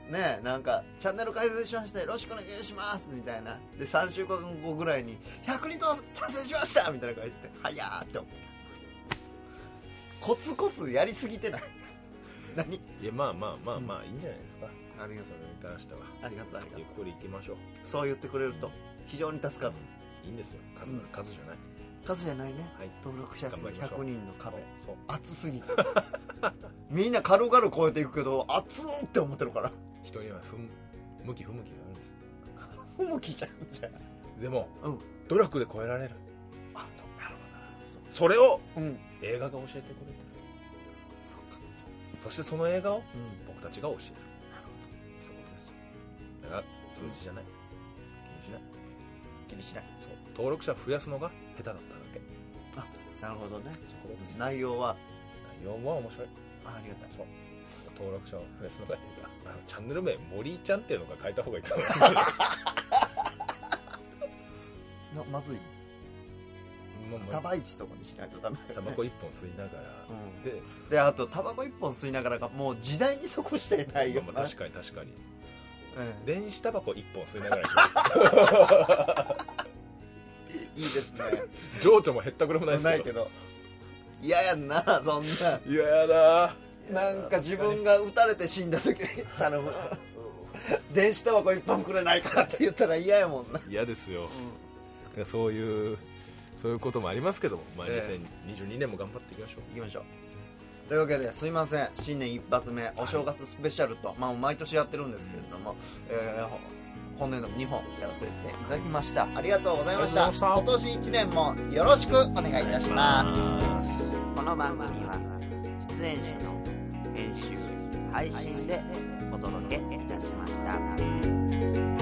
Speaker 1: ねなんか「チャンネル解説しましたよろしくお願いします」みたいなで3週間後ぐらいに「100人達成しました!」みたいなのが言って「はやー」って思うコツコツやりすぎてない 何
Speaker 2: いやまあまあまあまあいいんじゃないですか、
Speaker 1: ありが
Speaker 2: それに関しては
Speaker 1: ありがとうありがと
Speaker 2: ゆ
Speaker 1: う
Speaker 2: っくり行きましょう
Speaker 1: そう言ってくれると非常に助かる
Speaker 2: いいんですよ数,、
Speaker 1: うん
Speaker 2: 数じゃない
Speaker 1: 数じゃないね
Speaker 2: はい
Speaker 1: 登録者数
Speaker 2: 頑張りましょ
Speaker 1: 100
Speaker 2: う
Speaker 1: 人の壁
Speaker 2: そう
Speaker 1: 熱すぎてみんな軽々超えていくけど熱んって思ってるから
Speaker 2: 人にはふん向き不向きがあるんです
Speaker 1: 不向きじゃんじゃん
Speaker 2: でも
Speaker 1: うん
Speaker 2: 努力で超えられる
Speaker 1: あなるほどなそ
Speaker 2: それを
Speaker 1: ううん
Speaker 2: 映画が教えてくれて
Speaker 1: そうか
Speaker 2: そしてその映画を
Speaker 1: うん
Speaker 2: 僕たちが教えるそういうことですよだから数字じゃない気にしない
Speaker 1: 気にしない
Speaker 2: そう登録者増やすのが下手だっただけ
Speaker 1: あなるほどね
Speaker 2: そういうことです
Speaker 1: 内容は
Speaker 2: 内容は面白い
Speaker 1: あありがたい
Speaker 2: そう登録者を増やすのがいいかあのチャンネル名森井ちゃんっていうのが変えた方がいいと思います
Speaker 1: なまずいタバイチとかにしないとダメだ
Speaker 2: タ
Speaker 1: よ
Speaker 2: バ
Speaker 1: ね
Speaker 2: コ一本吸いながら、
Speaker 1: うん
Speaker 2: で
Speaker 1: であとタバコ一本吸いながらがもう時代に即してないよ
Speaker 2: まあまあ確かに確かに
Speaker 1: うん
Speaker 2: 電子タバコ一本吸いながら
Speaker 1: いいです ね
Speaker 2: 情緒も減ったくらもない
Speaker 1: な
Speaker 2: で
Speaker 1: い
Speaker 2: す
Speaker 1: け
Speaker 2: けど
Speaker 1: ど嫌やんなそんな
Speaker 2: 嫌やだ
Speaker 1: なんか自分が撃たれて死んだ時に頼 む電子タバコ一本くれないかって言ったら嫌やもんな
Speaker 2: 嫌ですよ、だからそういうそういうこともありますけども、まあ、
Speaker 1: え
Speaker 2: 2022年も頑張っていきましょう、
Speaker 1: 行きましょうというわけですいません新年一発目お正月スペシャルと、まあ、毎年やってるんですけれども、えーほ本年度も2本やらせていただきましたありがとうございました
Speaker 2: ありがと
Speaker 1: 今年1年もよろしくお願いいたしますこの番組は出演者の編集配信でお届けいたしました